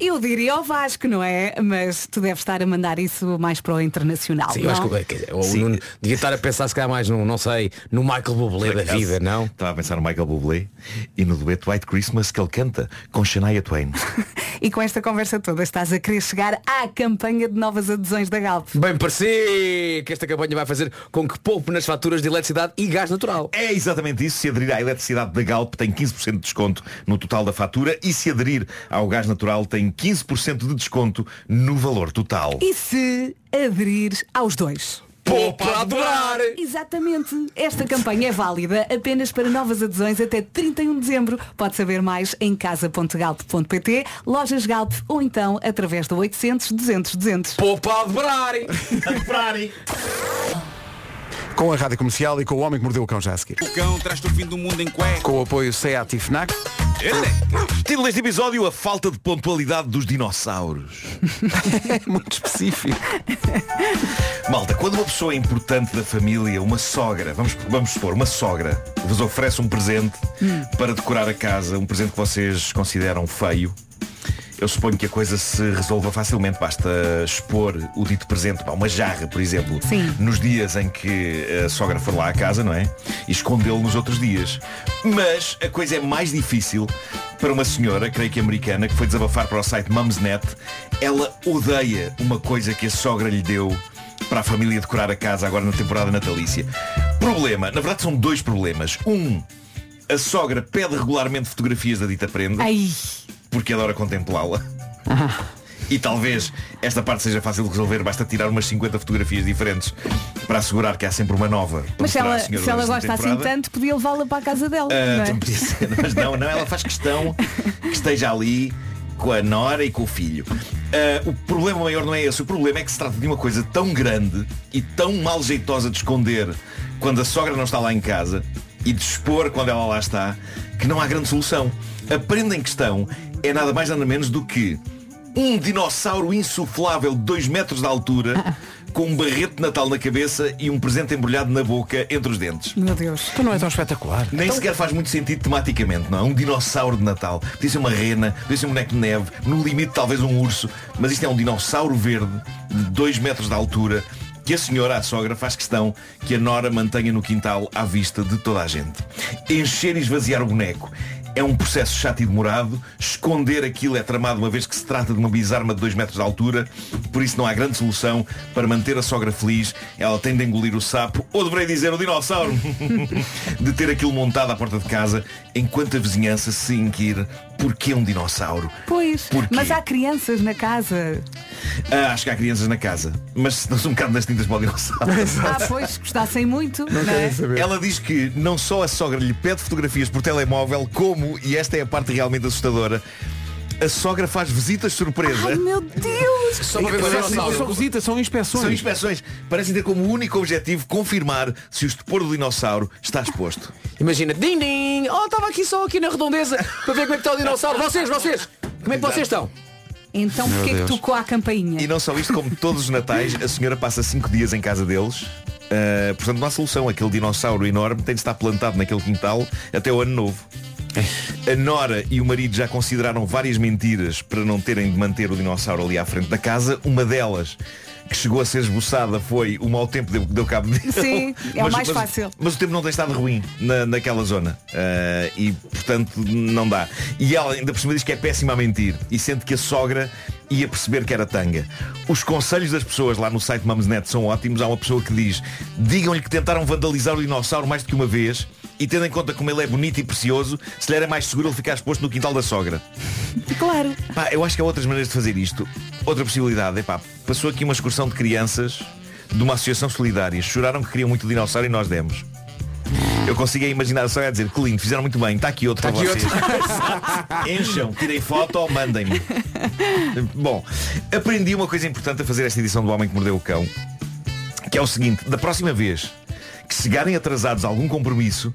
Eu diria ao Vasco, não é? Mas tu deves estar a mandar isso mais para o internacional. Sim, não? eu acho que quer dizer, o Nuno devia estar a pensar se calhar mais num, não sei, no Michael Bublé da vida, não? Estava a pensar no Michael Bublé e no dueto White Christmas que ele canta com Shania Twain. E com esta conversa toda estás a querer chegar à campanha de novas adesões da Galp. Bem parecia que esta campanha vai fazer com que poupe nas faturas de eletricidade e gás natural. É exatamente isso. Se aderir à eletricidade da Galp tem 15% de desconto no total da fatura e se aderir ao gás natural tem 15% de desconto no valor total. E se aderir aos dois? Poupa a dobrar! Exatamente. Esta campanha é válida apenas para novas adesões até 31 de dezembro. Pode saber mais em casa.galp.pt, lojas Galp ou então através do 800 200 200. Poupa a dobrar! Com a Rádio Comercial e com o Homem que Mordeu o Cão já a seguir. O cão traz-te o fim do mundo em cueca. Com o apoio SEAT e FNAC. Título deste episódio, a falta de pontualidade dos dinossauros. É Muito específico. Malta, quando uma pessoa importante da família, uma sogra, vamos, vamos supor, uma sogra, vos oferece um presente para decorar a casa, um presente que vocês consideram feio, eu suponho que a coisa se resolva facilmente. Basta expor o dito presente, pá, uma jarra, por exemplo, Sim. nos dias em que a sogra for lá à casa, não é? E escondê-lo nos outros dias. Mas a coisa é mais difícil para uma senhora, creio que americana, que foi desabafar para o site Mumsnet. Ela odeia uma coisa que a sogra lhe deu para a família decorar a casa agora na temporada natalícia. Problema, na verdade são dois problemas. Um, a sogra pede regularmente fotografias da dita prenda Ai, porque adora contemplá-la. Ah. E talvez esta parte seja fácil de resolver, basta tirar umas 50 fotografias diferentes para assegurar que há sempre uma nova. para mas se mostrar à ela, senhora se ela durante a gosta assim temporada. tanto, podia levá-la para a casa dela. Ah, não é? também podia ser, mas não, não, ela faz questão que esteja ali com a Nora e com o filho. Ah, o problema maior não é esse, o problema é que se trata de uma coisa tão grande e tão mal jeitosa de esconder quando a sogra não está lá em casa e de expor quando ela lá está, que não há grande solução. A prenda em questão é nada mais nada menos do que um dinossauro insuflável de 2 metros [laughs] de altura, com um barrete de Natal na cabeça e um presente embrulhado na boca entre os dentes. Meu Deus. Tu não é tão espetacular. Nem sequer faz muito sentido tematicamente, não é? Um dinossauro de Natal. Podia ser uma rena, podia ser um boneco de neve, no limite talvez um urso, mas isto é um dinossauro verde de 2 metros de altura que a senhora, a sogra, faz questão que a Nora mantenha no quintal à vista de toda a gente. Encher e esvaziar o boneco. É um processo chato e demorado. Esconder aquilo é tramado uma vez que se trata de uma bisarma de 2 metros de altura. Por isso não há grande solução para manter a sogra feliz. Ela tem de engolir o sapo, ou deverei dizer o dinossauro, [laughs] de ter aquilo montado à porta de casa, enquanto a vizinhança se inquire porquê um dinossauro. Pois, Porquê? mas há crianças na casa. Ah, acho que há crianças na casa, mas se dão-se um bocado das tintas para o dinossauro. Ah, pois, gostassem muito. Não é? Ela diz que não só a sogra lhe pede fotografias por telemóvel, como, e esta é a parte realmente assustadora, a sogra faz visitas surpresa. Ai, meu Deus. Só para ver é o São dinossauro. visitas, são inspeções. São inspeções. Parecem ter como único objetivo confirmar se o estupor do dinossauro está exposto. Imagina, din din, oh, estava aqui só aqui na redondeza para ver como é que está o dinossauro. Vocês, vocês, como é que vocês estão? Então porquê que Deus. tocou à campainha? E não só isto, como todos os natais, a senhora passa cinco dias em casa deles. Ah, portanto, não há solução. Aquele dinossauro enorme tem de estar plantado naquele quintal até o ano novo. A Nora e o marido já consideraram várias mentiras para não terem de manter o dinossauro ali à frente da casa. Uma delas que chegou a ser esboçada foi o mau tempo deu, deu cabo dele. [laughs] Sim, é o mais fácil. Mas o tempo não tem estado ruim na, naquela zona. Ah, e, portanto, não dá. E ela ainda por cima diz que é péssima a mentir. E sente que a sogra ia perceber que era tanga. Os conselhos das pessoas lá no site Mamesnet são ótimos. Há uma pessoa que diz, digam-lhe que tentaram vandalizar o dinossauro mais do que uma vez e tendo em conta como ele é bonito e precioso, se lhe era mais seguro ele ficar exposto no quintal da sogra. Claro. Pá, eu acho que há outras maneiras de fazer isto. Outra possibilidade é pá, passou aqui uma excursão de crianças de uma associação solidária. Choraram que queriam muito o dinossauro e nós demos. Eu consigo é imaginar a sogra a dizer, que lindo, fizeram muito bem, está aqui outro Tá para aqui [laughs] vocês. [laughs] Encham, tirem foto ou mandem-me. Bom, aprendi uma coisa importante a fazer esta edição do Homem que Mordeu o Cão, que é o seguinte, da próxima vez que chegarem atrasados a algum compromisso,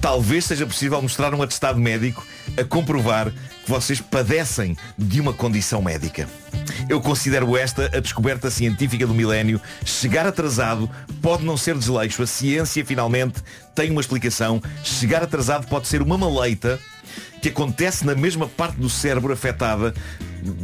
talvez seja possível mostrar um atestado médico a comprovar que vocês padecem de uma condição médica. Eu considero esta a descoberta científica do milénio. Chegar atrasado pode não ser desleixo. A ciência finalmente tem uma explicação. Chegar atrasado pode ser uma maleita que acontece na mesma parte do cérebro afetada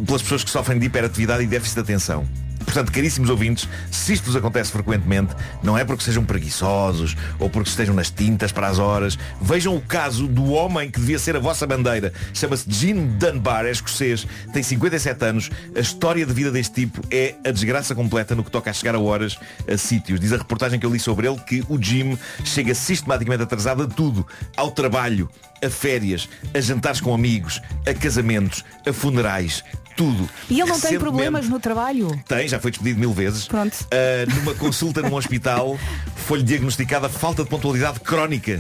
pelas pessoas que sofrem de hiperatividade e déficit de atenção. Portanto, caríssimos ouvintes, se isto vos acontece frequentemente, não é porque sejam preguiçosos ou porque estejam nas tintas para as horas. Vejam o caso do homem que devia ser a vossa bandeira. Chama-se Gene Dunbar, é escocês, tem 57 anos. A história de vida deste tipo é a desgraça completa no que toca a chegar a horas a sítios. Diz a reportagem que eu li sobre ele que o Jim chega sistematicamente atrasado a tudo. Ao trabalho, a férias, a jantares com amigos, a casamentos, a funerais, tudo. E É ele não tem Recentemente- problemas no trabalho? Tem, já foi despedido mil vezes. Pronto. Ah, numa consulta num hospital foi-lhe diagnosticada falta de pontualidade crónica.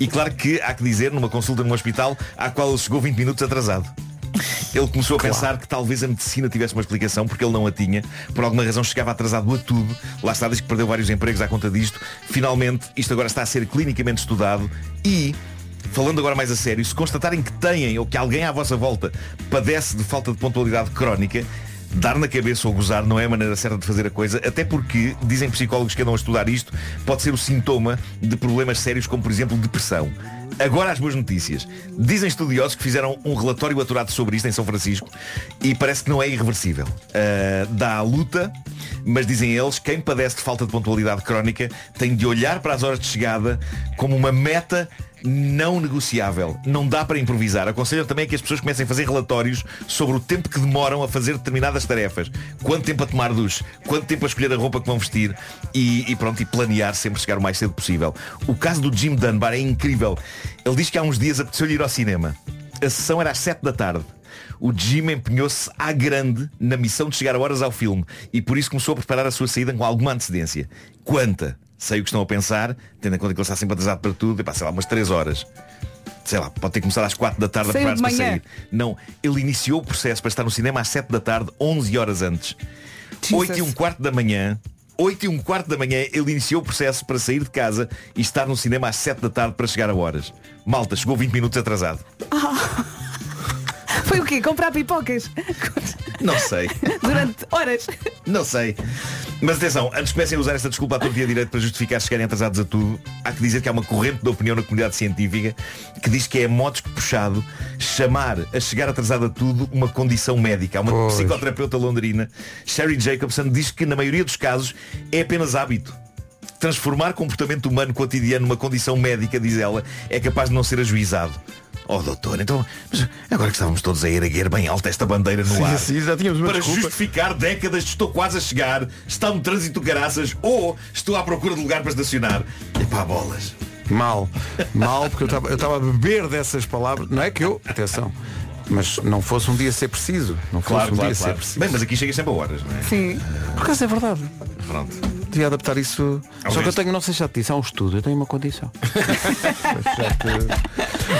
E claro que há que dizer, numa consulta num hospital, à qual ele chegou 20 minutos atrasado. Ele começou a pensar que talvez a medicina tivesse uma explicação, porque ele não a tinha. Por alguma razão chegava atrasado a tudo. Lá está, diz que perdeu vários empregos à conta disto. Finalmente, isto agora está a ser clinicamente estudado e Falando agora mais a sério, se constatarem que têm ou que alguém à vossa volta padece de falta de pontualidade crónica, dar na cabeça ou gozar não é a maneira certa de fazer a coisa, até porque, dizem psicólogos que andam a estudar isto, pode ser o sintoma de problemas sérios como, por exemplo, depressão. Agora as boas notícias. Dizem estudiosos que fizeram um relatório aturado sobre isto em São Francisco e parece que não é irreversível. Ah, dá a luta, mas dizem eles, quem padece de falta de pontualidade crónica tem de olhar para as horas de chegada como uma meta não negociável. Não dá para improvisar. Aconselho também que as pessoas comecem a fazer relatórios sobre o tempo que demoram a fazer determinadas tarefas. Quanto tempo a tomar duche, quanto tempo a escolher a roupa que vão vestir e, e pronto, e planear sempre chegar o mais cedo possível. O caso do Jim Dunbar é incrível. Ele diz que há uns dias apeteceu-lhe ir ao cinema. A sessão era às 7 da tarde. O Jim empenhou-se à grande na missão de chegar a horas ao filme e por isso começou a preparar a sua saída com alguma antecedência. Quanta? Sei o que estão a pensar, tendo em conta que ele está sempre atrasado para tudo, e pá, sei lá, umas 3 horas. Sei lá, pode ter começado às 4 da tarde a Saiu de preparar-se para manhã. sair. Não, ele iniciou o processo para estar no cinema às 7 da tarde, 11 horas antes. 8 e um quarto da manhã, 8 e um quarto da manhã, ele iniciou o processo para sair de casa e estar no cinema às 7 da tarde para chegar a horas. Malta, chegou 20 minutos atrasado. Ah. Foi o quê? Comprar [laughs] pipocas? Não [laughs] sei. Durante horas. Não sei. Mas atenção, antes que comecem a usar esta desculpa à torta e à direita para justificar chegarem atrasados a tudo, há que dizer que há uma corrente de opinião na comunidade científica que diz que é modos puxado chamar a chegar atrasado a tudo uma condição médica. Há uma Pois. psicoterapeuta londrina, Sherry Jacobson, diz que na maioria dos casos é apenas hábito. Transformar comportamento humano cotidiano numa condição médica, diz ela, é capaz de não ser ajuizado. Oh doutor, então, mas agora que estávamos todos a erguer bem alta esta bandeira no Sim, ar sim, já tínhamos uma para desculpa. justificar décadas de estou quase a chegar, está um trânsito caraças ou estou à procura de lugar para estacionar. Epá, bolas. Mal, mal, porque eu estava- eu estava a beber dessas palavras. Não é que eu, atenção, mas não fosse um dia ser preciso. Não fosse Claro, um claro, dia claro. ser preciso. Bem, mas aqui chega sempre a horas, não é? Sim. Por acaso é verdade. Pronto. Devia adaptar isso. Só Ao que eu resto. tenho, não sei se já te disse, há um estudo, eu tenho uma [laughs] condição.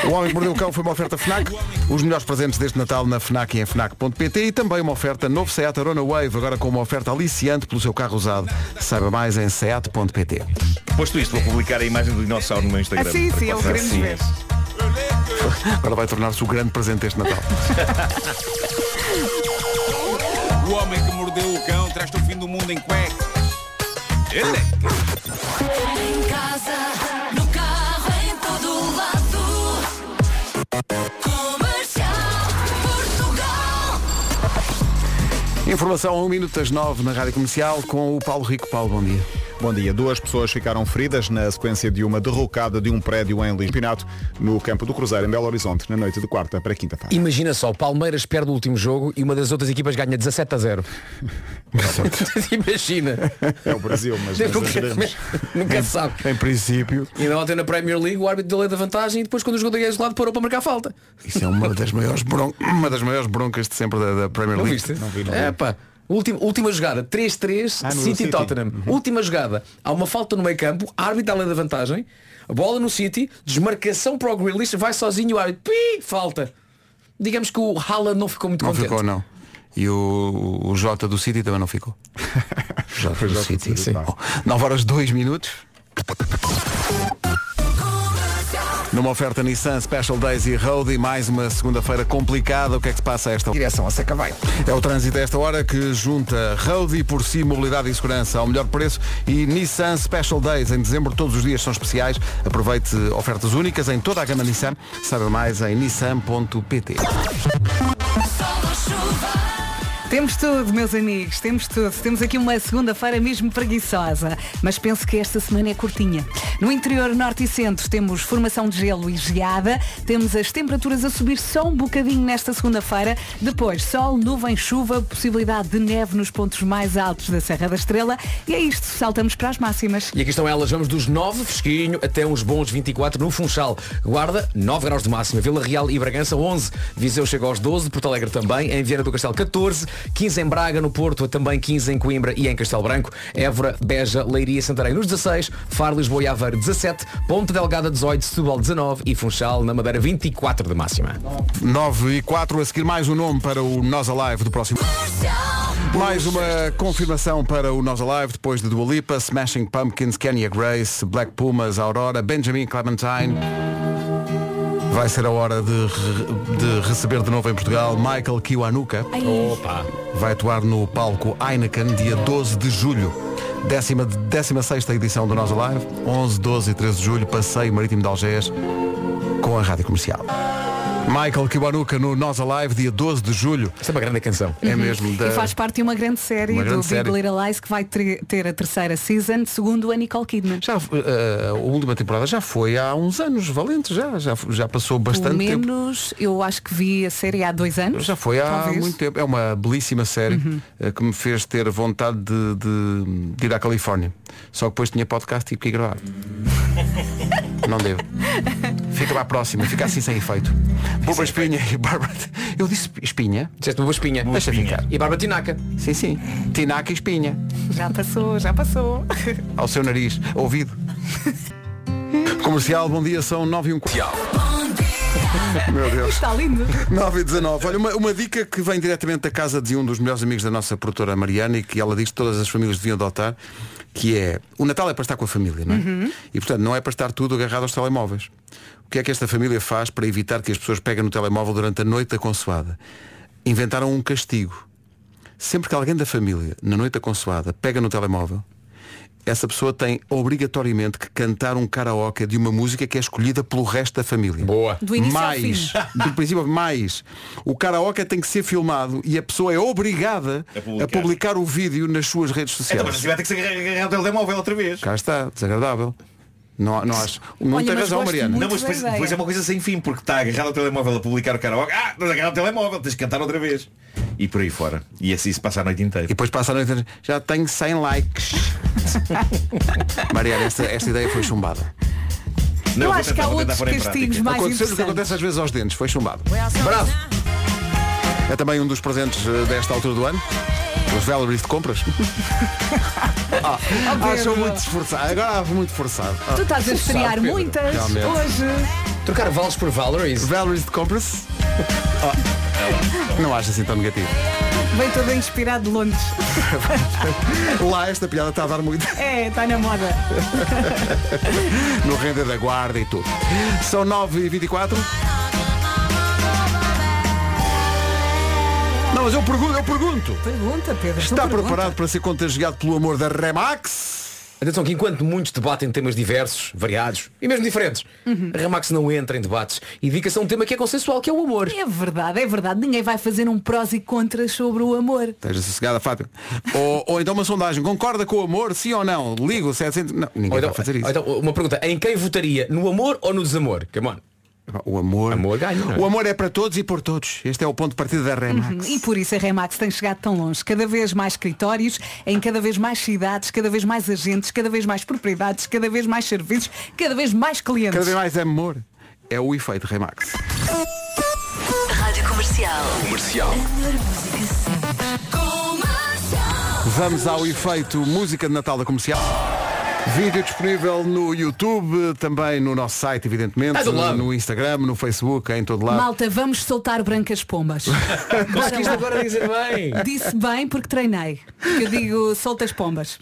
o Homem que Mordeu o Cão foi uma oferta FNAC. Os melhores presentes deste Natal na FNAC e em FNAC.pt e também uma oferta novo Seat Arona Wave, agora com uma oferta aliciante pelo seu carro usado. Saiba mais em Seat.pt. Posto isto, vou publicar a imagem do dinossauro no meu Instagram. Ah, sim, para sim, que é eu possam- queremos ver. Agora vai tornar-se o grande presente deste Natal. O homem que mordeu o cão traz-te o fim do mundo em Ah, cueca. é, Ele Em casa, no carro, em todo lado. Comercial Portugal. um Informação a 1 minuto das 9 na Rádio Comercial com o Paulo Rico. Paulo, bom dia. Bom dia. Duas pessoas ficaram feridas na sequência de uma derrocada de um prédio em Lisboa, no campo do Cruzeiro, em Belo Horizonte, na noite de quarta para quinta-feira. Imagina só, o Palmeiras perde o último jogo e uma das outras equipas ganha 17 a [laughs] 0. Imagina. É o Brasil, [laughs] mas não nunca, exageremos. nunca se sabe. Em princípio. E ainda ontem na Premier League o árbitro deu lei da vantagem e depois quando o jogador é isolado parou para marcar falta. Isso é uma das maiores, bron... uma das maiores broncas de sempre da, da Premier Não League. viste? É pá. Última, última jogada, 3-3, Ah, no City, Uhum. City. Tottenham. Última jogada. Há uma falta no meio campo, árbitro dá lei é da vantagem, a bola no City, desmarcação para o Grealish, vai sozinho o árbitro. Pi, falta. Digamos que o Haaland não ficou muito Não contente. ficou, não. E o, o Jota do City também não [laughs] ficou. Jota do City. tá. Sim. 9 horas 2 minutos. Numa oferta Nissan Special Days e Road e mais uma segunda-feira complicada, o que é que se passa a esta hora? Direção a Sacavém. É o trânsito a esta hora que junta Road e por si mobilidade e segurança ao melhor preço e Nissan Special Days. Em dezembro todos os dias são especiais. Aproveite ofertas únicas em toda a gama Nissan. Saiba mais em nissan.pt. Temos tudo, meus amigos, temos tudo. Temos aqui uma segunda-feira mesmo preguiçosa, mas penso que esta semana é curtinha. No interior norte e centro temos formação de gelo e geada, temos as temperaturas a subir só um bocadinho nesta segunda-feira, depois sol, nuvem, chuva, possibilidade de neve nos pontos mais altos da Serra da Estrela e é isto, saltamos para as máximas. E aqui estão elas, vamos dos 9, fresquinho, até uns bons 24 no Funchal. Guarda, 9 graus de máxima. Vila Real e Bragança, 11. Viseu chega aos 12, Porto Alegre também. Em Viana do Castelo, 14. 15 em Braga, no Porto, também 15 em Coimbra e em Castelo Branco. Évora, Beja, Leiria e Santarém nos 16. Faro, Lisboa e Aveiro, 17. Ponte Delgada, 18. Setúbal, 19. E Funchal, na Madeira, 24 de máxima. 9 e 4, a seguir mais um nome para o Nós Alive do próximo. Mais uma confirmação para o Nós Alive, depois de Dua Lipa, Smashing Pumpkins, Kenya Grace, Black Pumas, Aurora, Benjamin Clementine. Vai ser a hora de, re- de receber de novo em Portugal Michael Kiwanuka. Ai. Opa. Vai atuar no palco Heineken dia 12 de julho. Décima, 16 edição do Nós Alive, 11, 12 e 13 de julho, passeio marítimo de Algés com a Rádio Comercial. Michael Kiwanuka no Nós Alive, dia 12 de julho. Isso é uma grande canção. É mesmo. Da... Uhum. E faz parte de uma grande série Uma grande do série. Big Little Lies que vai tre- ter a terceira season, segundo a Nicole Kidman. Já, eh, a última temporada já foi há uns anos, valente, já, já, já passou Pelo bastante tempo. menos eu acho que vi a série há dois anos. Já foi há talvez. Uhum. muito tempo. É uma belíssima série eh, que me fez ter vontade de, de- de ir à Califórnia. Só que depois tinha podcast e tive que ir [laughs] gravar. Não devo. Fica para a próxima, fica assim sem efeito. Boba Espinha e Bárbara. Eu disse espinha. Disseste Boba Espinha. Deixa ficar. E Bárbara Tinaca. Sim, sim. Tinaca e espinha. Já passou, já passou. Ao seu nariz, ouvido. [laughs] Comercial, bom dia, são 9 e 1 Meu Deus. Está lindo. 9 e 19. Olha, uma, uma dica que vem diretamente da casa de um dos melhores amigos da nossa produtora Mariana e que ela diz que todas as famílias deviam adotar, que é o Natal é para estar com a família, não é? Uhum. E portanto não é para estar tudo agarrado aos telemóveis. O que é que esta família faz para evitar que as pessoas peguem no telemóvel durante a noite da consoada? Inventaram um castigo. Sempre que alguém da família, na noite da consoada, pega no telemóvel, essa pessoa tem obrigatoriamente que cantar um karaoke de uma música que é escolhida pelo resto da família. Boa. Do início ao mais, fim. do princípio, ao- mais. O karaoke tem que ser filmado e a pessoa é obrigada a publicar, publicar. o vídeo nas suas redes Então, sociais. mas vai ter que se agarrar- agarrar o telemóvel outra vez. Cá está, desagradável. Não, não acho. Não tem razão, Mariana. Não, mas depois, depois é uma coisa sem fim, porque está agarrado ao telemóvel a publicar o karaoke. Ah, estás agarrado ao telemóvel, tens de cantar outra vez. E por aí fora. E assim se passa a noite inteira. E depois passa a noite inteira. Já tenho 100 likes. Mariana, esta, esta ideia foi chumbada. Não, Eu vou acho que tentar- há vou tentar outros pôr em prática. castigos Aconteceu mais o que interessantes. acontece às vezes aos dentes, foi chumbado. Bravo! É também um dos presentes eh, desta altura do ano. Os Valeries de compras. [laughs] ah, Pedro. acham muito esforçado. Agora há muito forçado. Tu estás a estrear muitas Realmente. hoje. Trocar vales por Valeries. Valeries de compras. Ah, Não acho assim tão negativo. Vem todo inspirado de Londres. Lá esta piada está a dar muito. É, está na moda. [laughs] no Renda da Guarda e tudo. São 9h24. Não, mas eu pergunto, Tá eu pergunto. Pergunta, Pedro. tu Está pergunta. preparado para ser contagiado pelo amor da Remax? Atenção que enquanto muitos debatem temas diversos, variados e mesmo diferentes, Uhum. a Ramax não entra em debates e dedica-se a um tema que é consensual, que é o amor. É verdade, é verdade. Ninguém vai fazer um prós e contras sobre o amor. Esteja sossegada, [laughs] Fátima. ou, ou então uma sondagem. Concorda com o amor, sim ou não? Ligo 700... Não, ninguém Ou então, vai fazer isso. ou então, uma pergunta, em quem votaria? No amor ou no desamor? Come on. O amor. Amor ganha. não é? O amor é para todos e por todos. Este é o ponto de partida da Remax. Uhum. E por isso a Remax tem chegado tão longe. Cada vez mais escritórios, em cada vez mais cidades, cada vez mais agentes, cada vez mais propriedades, cada vez mais serviços, cada vez mais clientes. Cada vez mais amor. É o efeito Remax. Rádio Comercial. Comercial. A melhor música sempre. Comercial. Vamos ao efeito música de Natal da Comercial. Vídeo disponível no YouTube, também no nosso site, evidentemente, Tá do lado. no Instagram, no Facebook, em todo lado. Malta, vamos soltar [laughs] brancas pombas. Mas Bora quis lá. agora dizer bem. Disse bem porque treinei. Eu digo soltas pombas.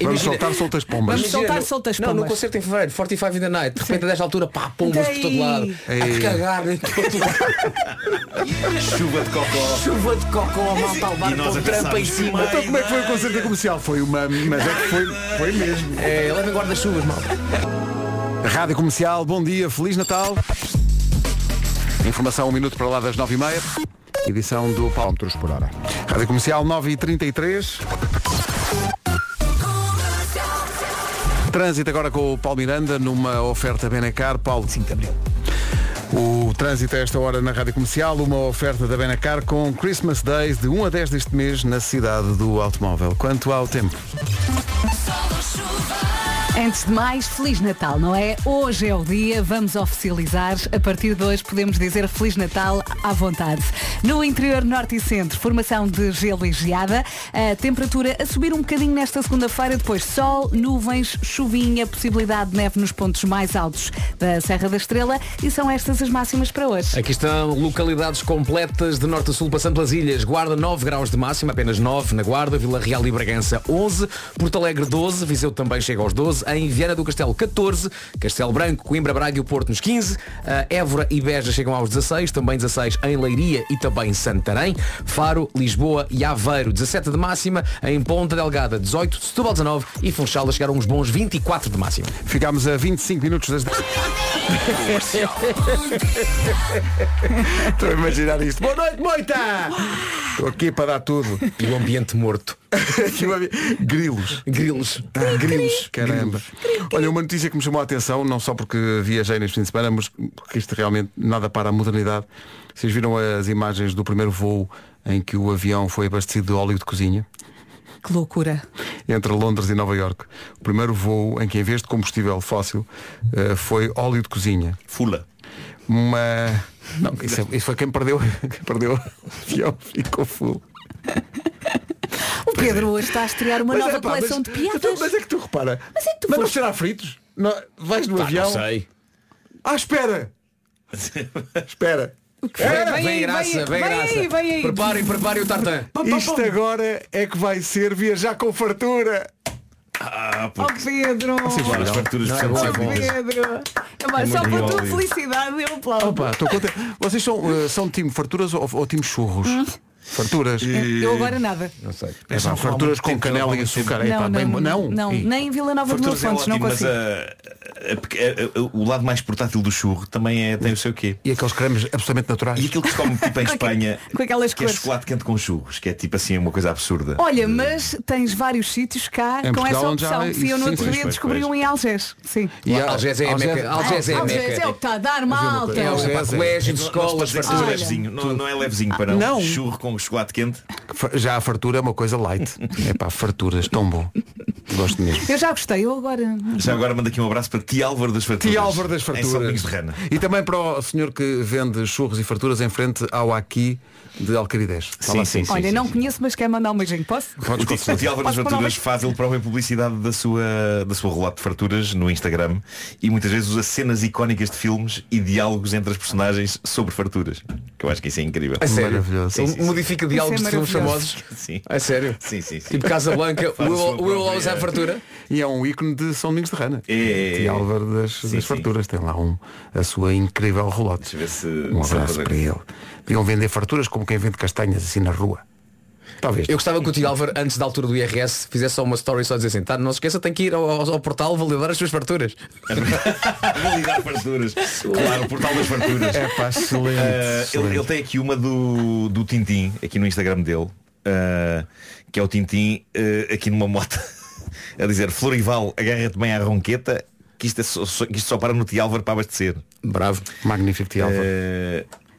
Vamos soltar soltas pombas. Vamos soltar no- soltas não, pombas. no concerto em fevereiro, 45 in the night, de repente a desta altura, pá, pombas por todo Daí. lado. Ei. A cagar em todo lado. Chuva de cocó. Chuva de cocó, malta ao bar E nós com a trampa em pensarmos, cima. Então como é que foi o concerto da comercial? Foi uma. Mas é que foi, foi mesmo. É, levem guarda-chuvas, malta. Rádio Comercial, bom dia, Feliz Natal. Informação um minuto para lá das 9h30. Edição do Palmetros por hora. Rádio Comercial 9h33. Trânsito agora com o Paulo Miranda numa oferta Benacar. Paulo. 5 de Abril. O trânsito a esta hora na Rádio Comercial, uma oferta da Benacar com Christmas Days de 1 a 10 deste mês na cidade do automóvel. Quanto ao tempo. Antes de mais, Feliz Natal, não é? Hoje é o dia, vamos oficializar. A partir de hoje podemos dizer Feliz Natal à vontade. No interior norte e centro, formação de gelo e geada. A temperatura a subir um bocadinho nesta segunda-feira, depois sol, nuvens, chuvinha, possibilidade de neve nos pontos mais altos da Serra da Estrela e são estas as máximas para hoje. Aqui estão localidades completas de norte a sul, passando pelas ilhas. Guarda 9 graus de máxima, apenas 9 na Guarda, Vila Real e Bragança 11, Porto Alegre 12, Viseu também chega aos 12, em Viana do Castelo 14, Castelo Branco, Coimbra, Braga e o Porto nos 15, a Évora e Beja chegam aos 16, também 16 em Leiria e também em Santarém, Faro, Lisboa e Aveiro 17 de máxima, em Ponta Delgada 18, Setúbal 19 e Funchal a chegar a uns bons 24 de máxima. Ficámos a 25 minutos das 10. Estou a imaginar isto. Boa noite, moita! Estou aqui para dar tudo. E o ambiente morto. Grilos. Ah, Grilos. grilos. Caramba. Olha, uma notícia que me chamou a atenção, não só porque viajei neste fim de semana, mas porque isto realmente nada para a modernidade. Vocês viram as imagens do primeiro voo em que o avião foi abastecido de óleo de cozinha? Que loucura. entre Londres e Nova York. O primeiro voo em que, em vez de combustível fóssil, eh, foi óleo de cozinha. Fula. Uma. Não, isso, é- isso foi quem perdeu. [laughs] Quem perdeu o avião ficou full. O Pedro hoje está a estrear uma Mas nova é, pá, coleção mas- de piadas. então, mas é que tu repara. Mas é que tu não foste- será fritos? Não, vais no Pá, não avião. sei. Ah, [laughs] espera! espera. O que foi? Vem aí, vem aí, vem aí, vem aí. Preparem, preparem o tartan. Isto agora é que vai ser viajar com fartura. Ah, Oh Pedro! Sim, claro. As farturas oh, precisam ser boas. Pedro! É Oh, pá, É só muito para a tua óbvio. felicidade eu aplaudo. Opa, estou contente. Vocês são, eh, são time farturas ou, ou time churros? Hum? Farturas? Eu agora nada. Não sei. É, pá, farturas com canela e açúcar. É, pá, bem, não, não, E- nem em Vila Nova de Farturas é Milfontes, ótimo, não assim. mas ah, é consigo. a- a- a- a- o lado mais portátil do churro também é, tem o seu quê. E aqueles cremes absolutamente naturais. E aquilo que se come tipo em Espanha, Com aquelas que é cores. chocolate quente com churros, que é tipo assim uma coisa absurda. Olha, mas tens vários sítios cá Em com Portugal essa onde já opção. há- Fui eu no sim, outro pois, dia pois, descobri pois. um em Algés. Sim. E a- Algés é a Algés- meca. Algés é a Algés meca. é o que está a dar malta. É, colégios, Nós escolas, podemos dizer que farturas. é levezinho. Não, não é levezinho para Não. um churro com chocolate quente. Já a fartura é uma coisa [laughs] light. é pá, farturas, tão bom. Gosto mesmo. Eu já gostei, eu agora. Já agora mando aqui um abraço para Ti Álvaro das Farturas. Tia Álvaro das Em São Domingos Farturas. de Rana. E também para o senhor que vende churros e farturas em frente ao Aqui de Alcaridez. Está lá assim. Olha, não conheço, mas quer mandar um beijinho, posso? Podes O Ti- o Ti Álvaro das Posso mandar um Farturas faz ele próprio publicidade da sua, da sua relato de farturas no Instagram e muitas vezes usa cenas icónicas de filmes e diálogos entre as personagens sobre farturas. Que eu acho que isso é incrível. É sério? Maravilhoso. Ele modifica Isso é diálogos de filmes maravilhoso. famosos? Sim. É sério? Sim, sim, sim. [laughs] Tipo Casablanca, Faz a sua Will, Will Always própria- have fartura. E é um ícone de São Domingos de Rana. É. Tia Álvaro das, das farturas. Tem lá um, a sua incrível relote. se- um se abraço resolve. para ele. Deviam vender farturas como quem vende castanhas assim na rua. Talvez. Eu gostava que o Tio Álvaro, antes da altura do IRS, fizesse só uma story só dizer assim, tá, não se esqueça, tem que ir ao, ao- ao portal validar as suas farturas. Validar farturas. Claro, o portal das farturas. É pá, excelente, Ah, ele- excelente. ele, tem aqui uma do, do Tintim, aqui no Instagram dele, ah, que é o Tintim ah, aqui numa moto, [laughs] a dizer Florival, agarra-te bem à ronqueta, que isto, é só, só- que isto só para no Tiálvaro para abastecer. Eh, Bravo. Magnífico Tiálvaro.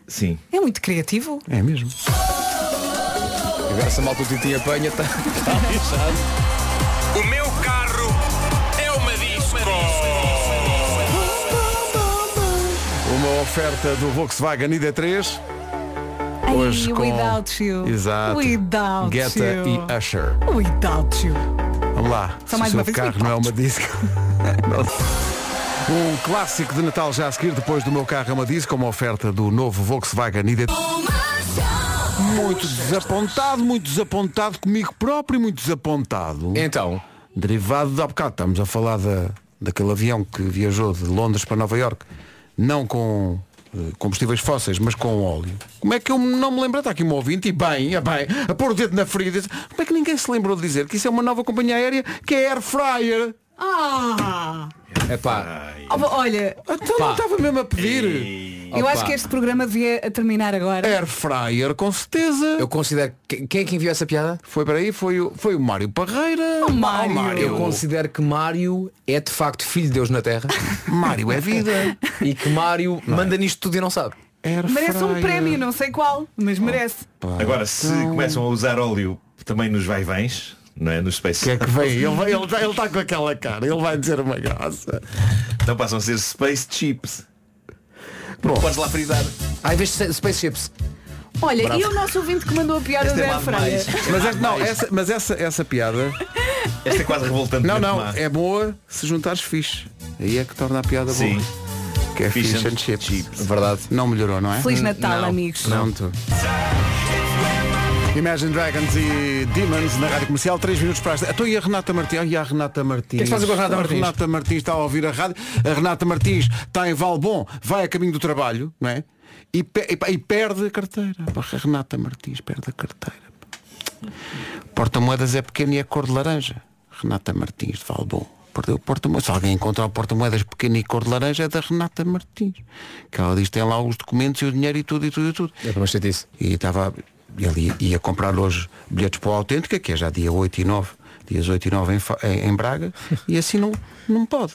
sim. É muito criativo. É mesmo. Agora se a malta o Tintim apanha, está tá lixado. O meu carro é uma disco. Uma oferta do Volkswagen ID3. Ai, Hoje com... without you. Exato. Without Guetta you. e Usher. Without you. Vamos lá. Só Se o mais uma seu vez, carro não é uma disco. [laughs] Não. um clássico de Natal já a seguir, depois do meu carro é uma disco, uma oferta do novo Volkswagen ID3. Muito desapontado, muito desapontado comigo próprio, muito desapontado. Então. Derivado de há bocado, estamos a falar da, daquele avião que viajou de Londres para Nova Iorque, não com eh, combustíveis fósseis, mas com óleo. Como é que eu não me lembro? Está aqui um ouvinte e bem, a bem, a pôr o dedo na ferida. Como é que ninguém se lembrou de dizer que isso é uma nova companhia aérea que é Air Fryer? Ah! É pá. Oh, olha, Então não estava mesmo a pedir. eu acho que este programa devia terminar agora. Air Fryer, com certeza. Eu considero. que- Quem é que enviou essa piada? Foi para aí, foi o, foi o Mário Parreira. O Mário. Eu considero que Mário é de facto filho de Deus na Terra. Mário é vida. E que Mário manda nisto tudo e não sabe. Merece um prémio, não sei qual, mas Oh. merece. Agora, se começam a usar óleo também nos vai-vens, não é? Nos Space. Que é que vem? Ele vai- ele está ele tá com aquela cara, ele vai dizer uma graça. Então passam a ser Space Chips. Bom. Podes lá frisar. Ah, em vez de Space Chips. Olha, Bravo. e o nosso ouvinte que mandou a piada Este é da mais Freire? Mas, é, não, essa, mas essa, essa piada. Esta é quase revoltante. Não, não, é boa se juntares fixe. Aí é que torna a piada Sim. boa. Que é Fish fish, and and chips. Verdade. Não melhorou, não é? Feliz Natal, amigos. Pronto. Imagine Dragons e Demons na rádio comercial, 3 minutos para as. Estou e a Renata Martins. Ai, a Renata Martins. que se faz com a Renata Martins? Renata Martins está a ouvir a rádio. A Renata Martins está em Valbom, vai a caminho do trabalho, não é? E, pe- e- e perde a carteira. Pá, A Renata Martins perde a carteira. pá. Porta-moedas é pequeno e é cor de laranja. Renata Martins de Valbom. Perdeu o porta-moedas. Se alguém encontrar o porta-moedas pequeno e cor de laranja é da Renata Martins. Que ela diz que tem lá os documentos e o dinheiro e tudo e tudo e tudo. É para uma chatice. E estava. Ele ia, ia comprar hoje bilhetes para a autêntica, que é já dia 8 e 9, dias 8 e 9 em, Fa- em- em Braga, e assim não, não pode.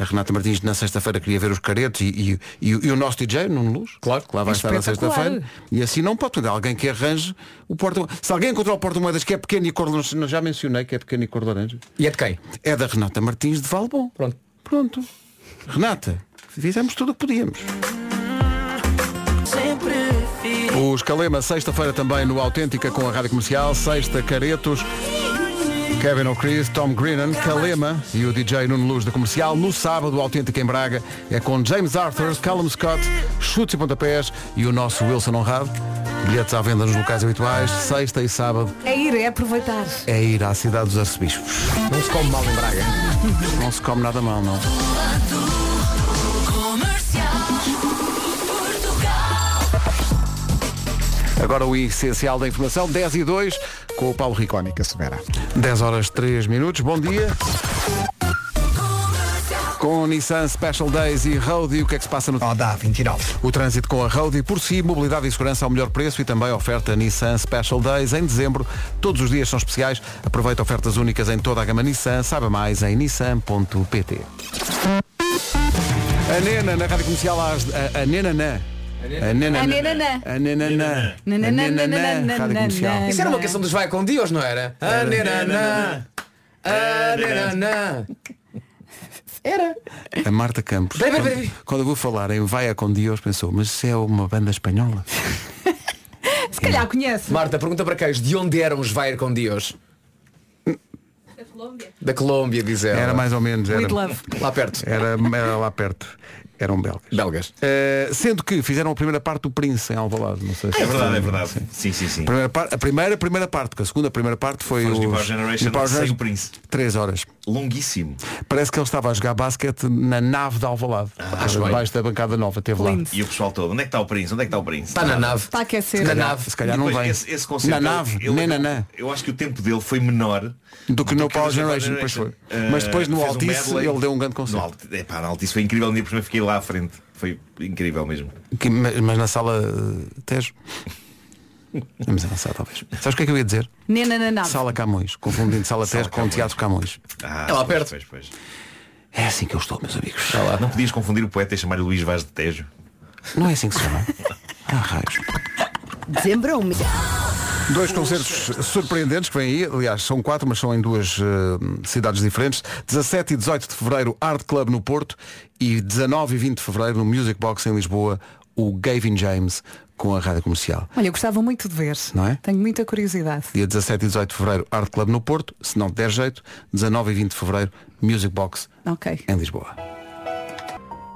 A Renata Martins na sexta-feira queria ver os caretos e, e- e o- e o nosso DJ, Nuno Luz, claro. que lá vai estar na Espetacular. sexta-feira, e assim não pode. Portanto, alguém que arranje o porta Se alguém encontrar o porta-moedas que é pequeno e cor de laranja, já mencionei que é pequeno e cor de laranja. E é de quem? É da Renata Martins de Valbom. Pronto. Pronto. Renata, fizemos tudo o que podíamos. Sempre fiz. Os Calema, sexta-feira também no Autêntica com a Rádio Comercial, sexta Caretos, Kevin O'Chris, Tom Greenan, Calema e o DJ Nuno Luz da Comercial. No sábado, o Autêntica em Braga é com James Arthur, Callum Scott, Chutes e Pontapés e o nosso Wilson Honrado. Bilhetes à venda nos locais habituais, sexta e sábado É ir, é aproveitar. é ir à cidade dos arcebispos. Não se come mal em Braga. Não se come nada mal, não. Agora o essencial da informação, 10 e 2, com o Paulo Ricónica Severa. 10 horas 3 minutos, bom dia. Com Nissan Special Days e Roadie, o que é que se passa no... Oh, dá, 29. O trânsito com a Roadie, por si, mobilidade e segurança ao melhor preço e também oferta Nissan Special Days em dezembro. Todos os dias são especiais. Aproveita ofertas únicas em toda a gama Nissan. Saiba mais em nissan.pt. A Nena na Rádio Comercial às... A, a Nena na... A Nena na... A nenanã. A Nenanã. A Nananã, Nenanã. nananã, Rádio Comercial. Isso era uma canção dos Vai com Dios, não era? Ah, nananã. Ah, nananã. Era. A Marta Campos. Peraí, peraí, Quando, peraí. quando eu vou falar em Vaia com Dios, pensou, mas isso é uma banda espanhola? Se calhar conhece. Marta, pergunta para queijo, de onde eram os Vai com Dios? Da Colômbia, diz ela. Era mais ou menos. Era, Lá perto. Era, era lá perto. Eram belgas. Belgas. Eh, sendo que fizeram a primeira parte do Prince em Alvalade, não sei se É verdade, é verdade. Sim, sim, sim. Primeira par- a primeira, primeira parte, porque a segunda, primeira parte foi, Foi os os New Power Generation New Power sem o Generation, Prince. Três horas. Longuíssimo. Parece que ele estava a jogar basquete na nave de Alvalade. acho bem. debaixo da bancada nova, teve lá. E o pessoal todo, onde é que está o Prince? Onde é que está o Prince? Tá, Está na nave. Está a aquecer. Na nave. Se calhar E não depois, vem. Esse, esse concerto, Na nave, ele- nem na ele- nã. Eu acho que o tempo dele foi menor Do que no Power dos Generation, depois foi. Mas depois no fez um Altice medley. ele deu um grande No concerto. Alt- é pá, no Altice foi incrível. Um dia por exemplo, fiquei lá à frente. Foi incrível mesmo. Que- mas, mas na sala eh, Tejo. Vamos avançar talvez. Sabes o que é que eu ia dizer? Nena na nave. Sala Camões, confundindo Sala Tejo com Teatro Camões. é lá perto. É assim que eu estou, meus amigos. Tá Não podias confundir o poeta e chamar o Luís Vaz de Tejo. Não é assim que se chama. Ah, raios. Desembrou-me. Dois concertos surpreendentes que vêm aí, aliás, são quatro, mas são em duas eh, cidades diferentes. 17 e 18 de fevereiro, Art Club no Porto e 19 e 20 de fevereiro, no Music Box em Lisboa, o Gavin James com a rádio comercial. Olha, eu gostava muito de ver. Não é? Tenho muita curiosidade. Dia 17 e 18 de fevereiro, Art Club no Porto, se não der jeito, 19 e 20 de fevereiro, Music Box Ok. em Lisboa.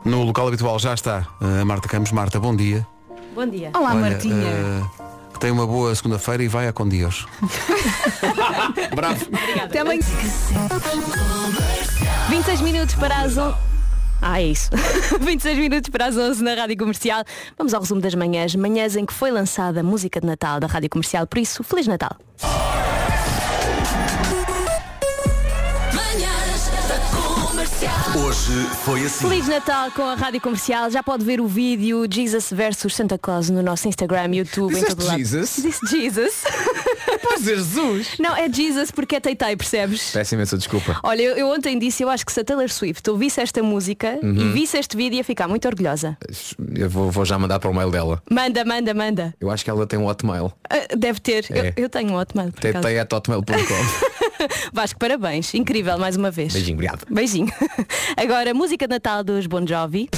No local habitual já está eh, a Marta Campos. Marta, bom dia. Bom dia. Olha, eh, que tenha uma boa segunda-feira e vai a com Dios. Bravo. Até amanhã. 26 minutos para as 11. Ah, é isso. [laughs] 26 minutos para as 11 na Rádio Comercial. Vamos ao resumo das manhãs. Manhãs em que foi lançada a música de Natal da Rádio Comercial. Por isso, Feliz Natal. Manhãs da comercial. Hoje foi assim. Feliz Natal com a Rádio Comercial. Já pode ver o vídeo Jesus versus Santa Claus no nosso Instagram, YouTube. em Disseste todo lado. Jesus? Disse Jesus. [laughs] Podes dizer Jesus? Não, é Jesus porque é Teitei, percebes? Peço imensa desculpa. Olha, eu, eu ontem disse, eu acho que se a Taylor Swift ouvisse esta música Uhum. e visse este vídeo ia ficar muito orgulhosa. Eu vou, vou já mandar para o mail dela. Manda, manda, manda. Eu acho que ela tem um hotmail. Ah, deve ter. É. Eu, eu tenho um ótimo. por acaso. Tetei at hotmail.com. [laughs] Vasco, parabéns. Incrível, mais uma [laughs] vez. Beijinho, obrigado. Beijinho. [laughs] Agora, música de Natal dos Bon Jovi.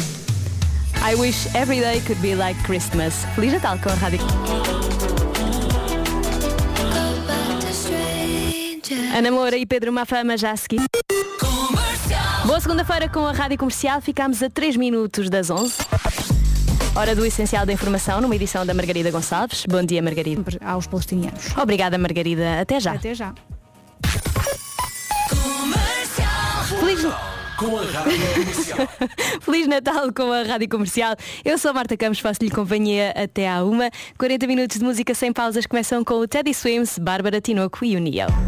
I wish every day could be like Christmas. Feliz Natal com a Rádio. Ana Moura e Pedro Mafama já a seguir. Boa segunda-feira com a Rádio Comercial. Ficámos a 3 minutos das 11. Hora do Essencial da Informação, numa edição da Margarida Gonçalves. Bom dia, Margarida. Aos palestinianos. Obrigada, Margarida. Até já. Até já. Feliz... Com a rádio comercial. [laughs] Feliz Natal com a Rádio Comercial. Eu sou a Marta Campos, faço-lhe companhia até à uma. 40 minutos de música sem pausas começam com o Teddy Swims, Bárbara Tinoco e o Neo.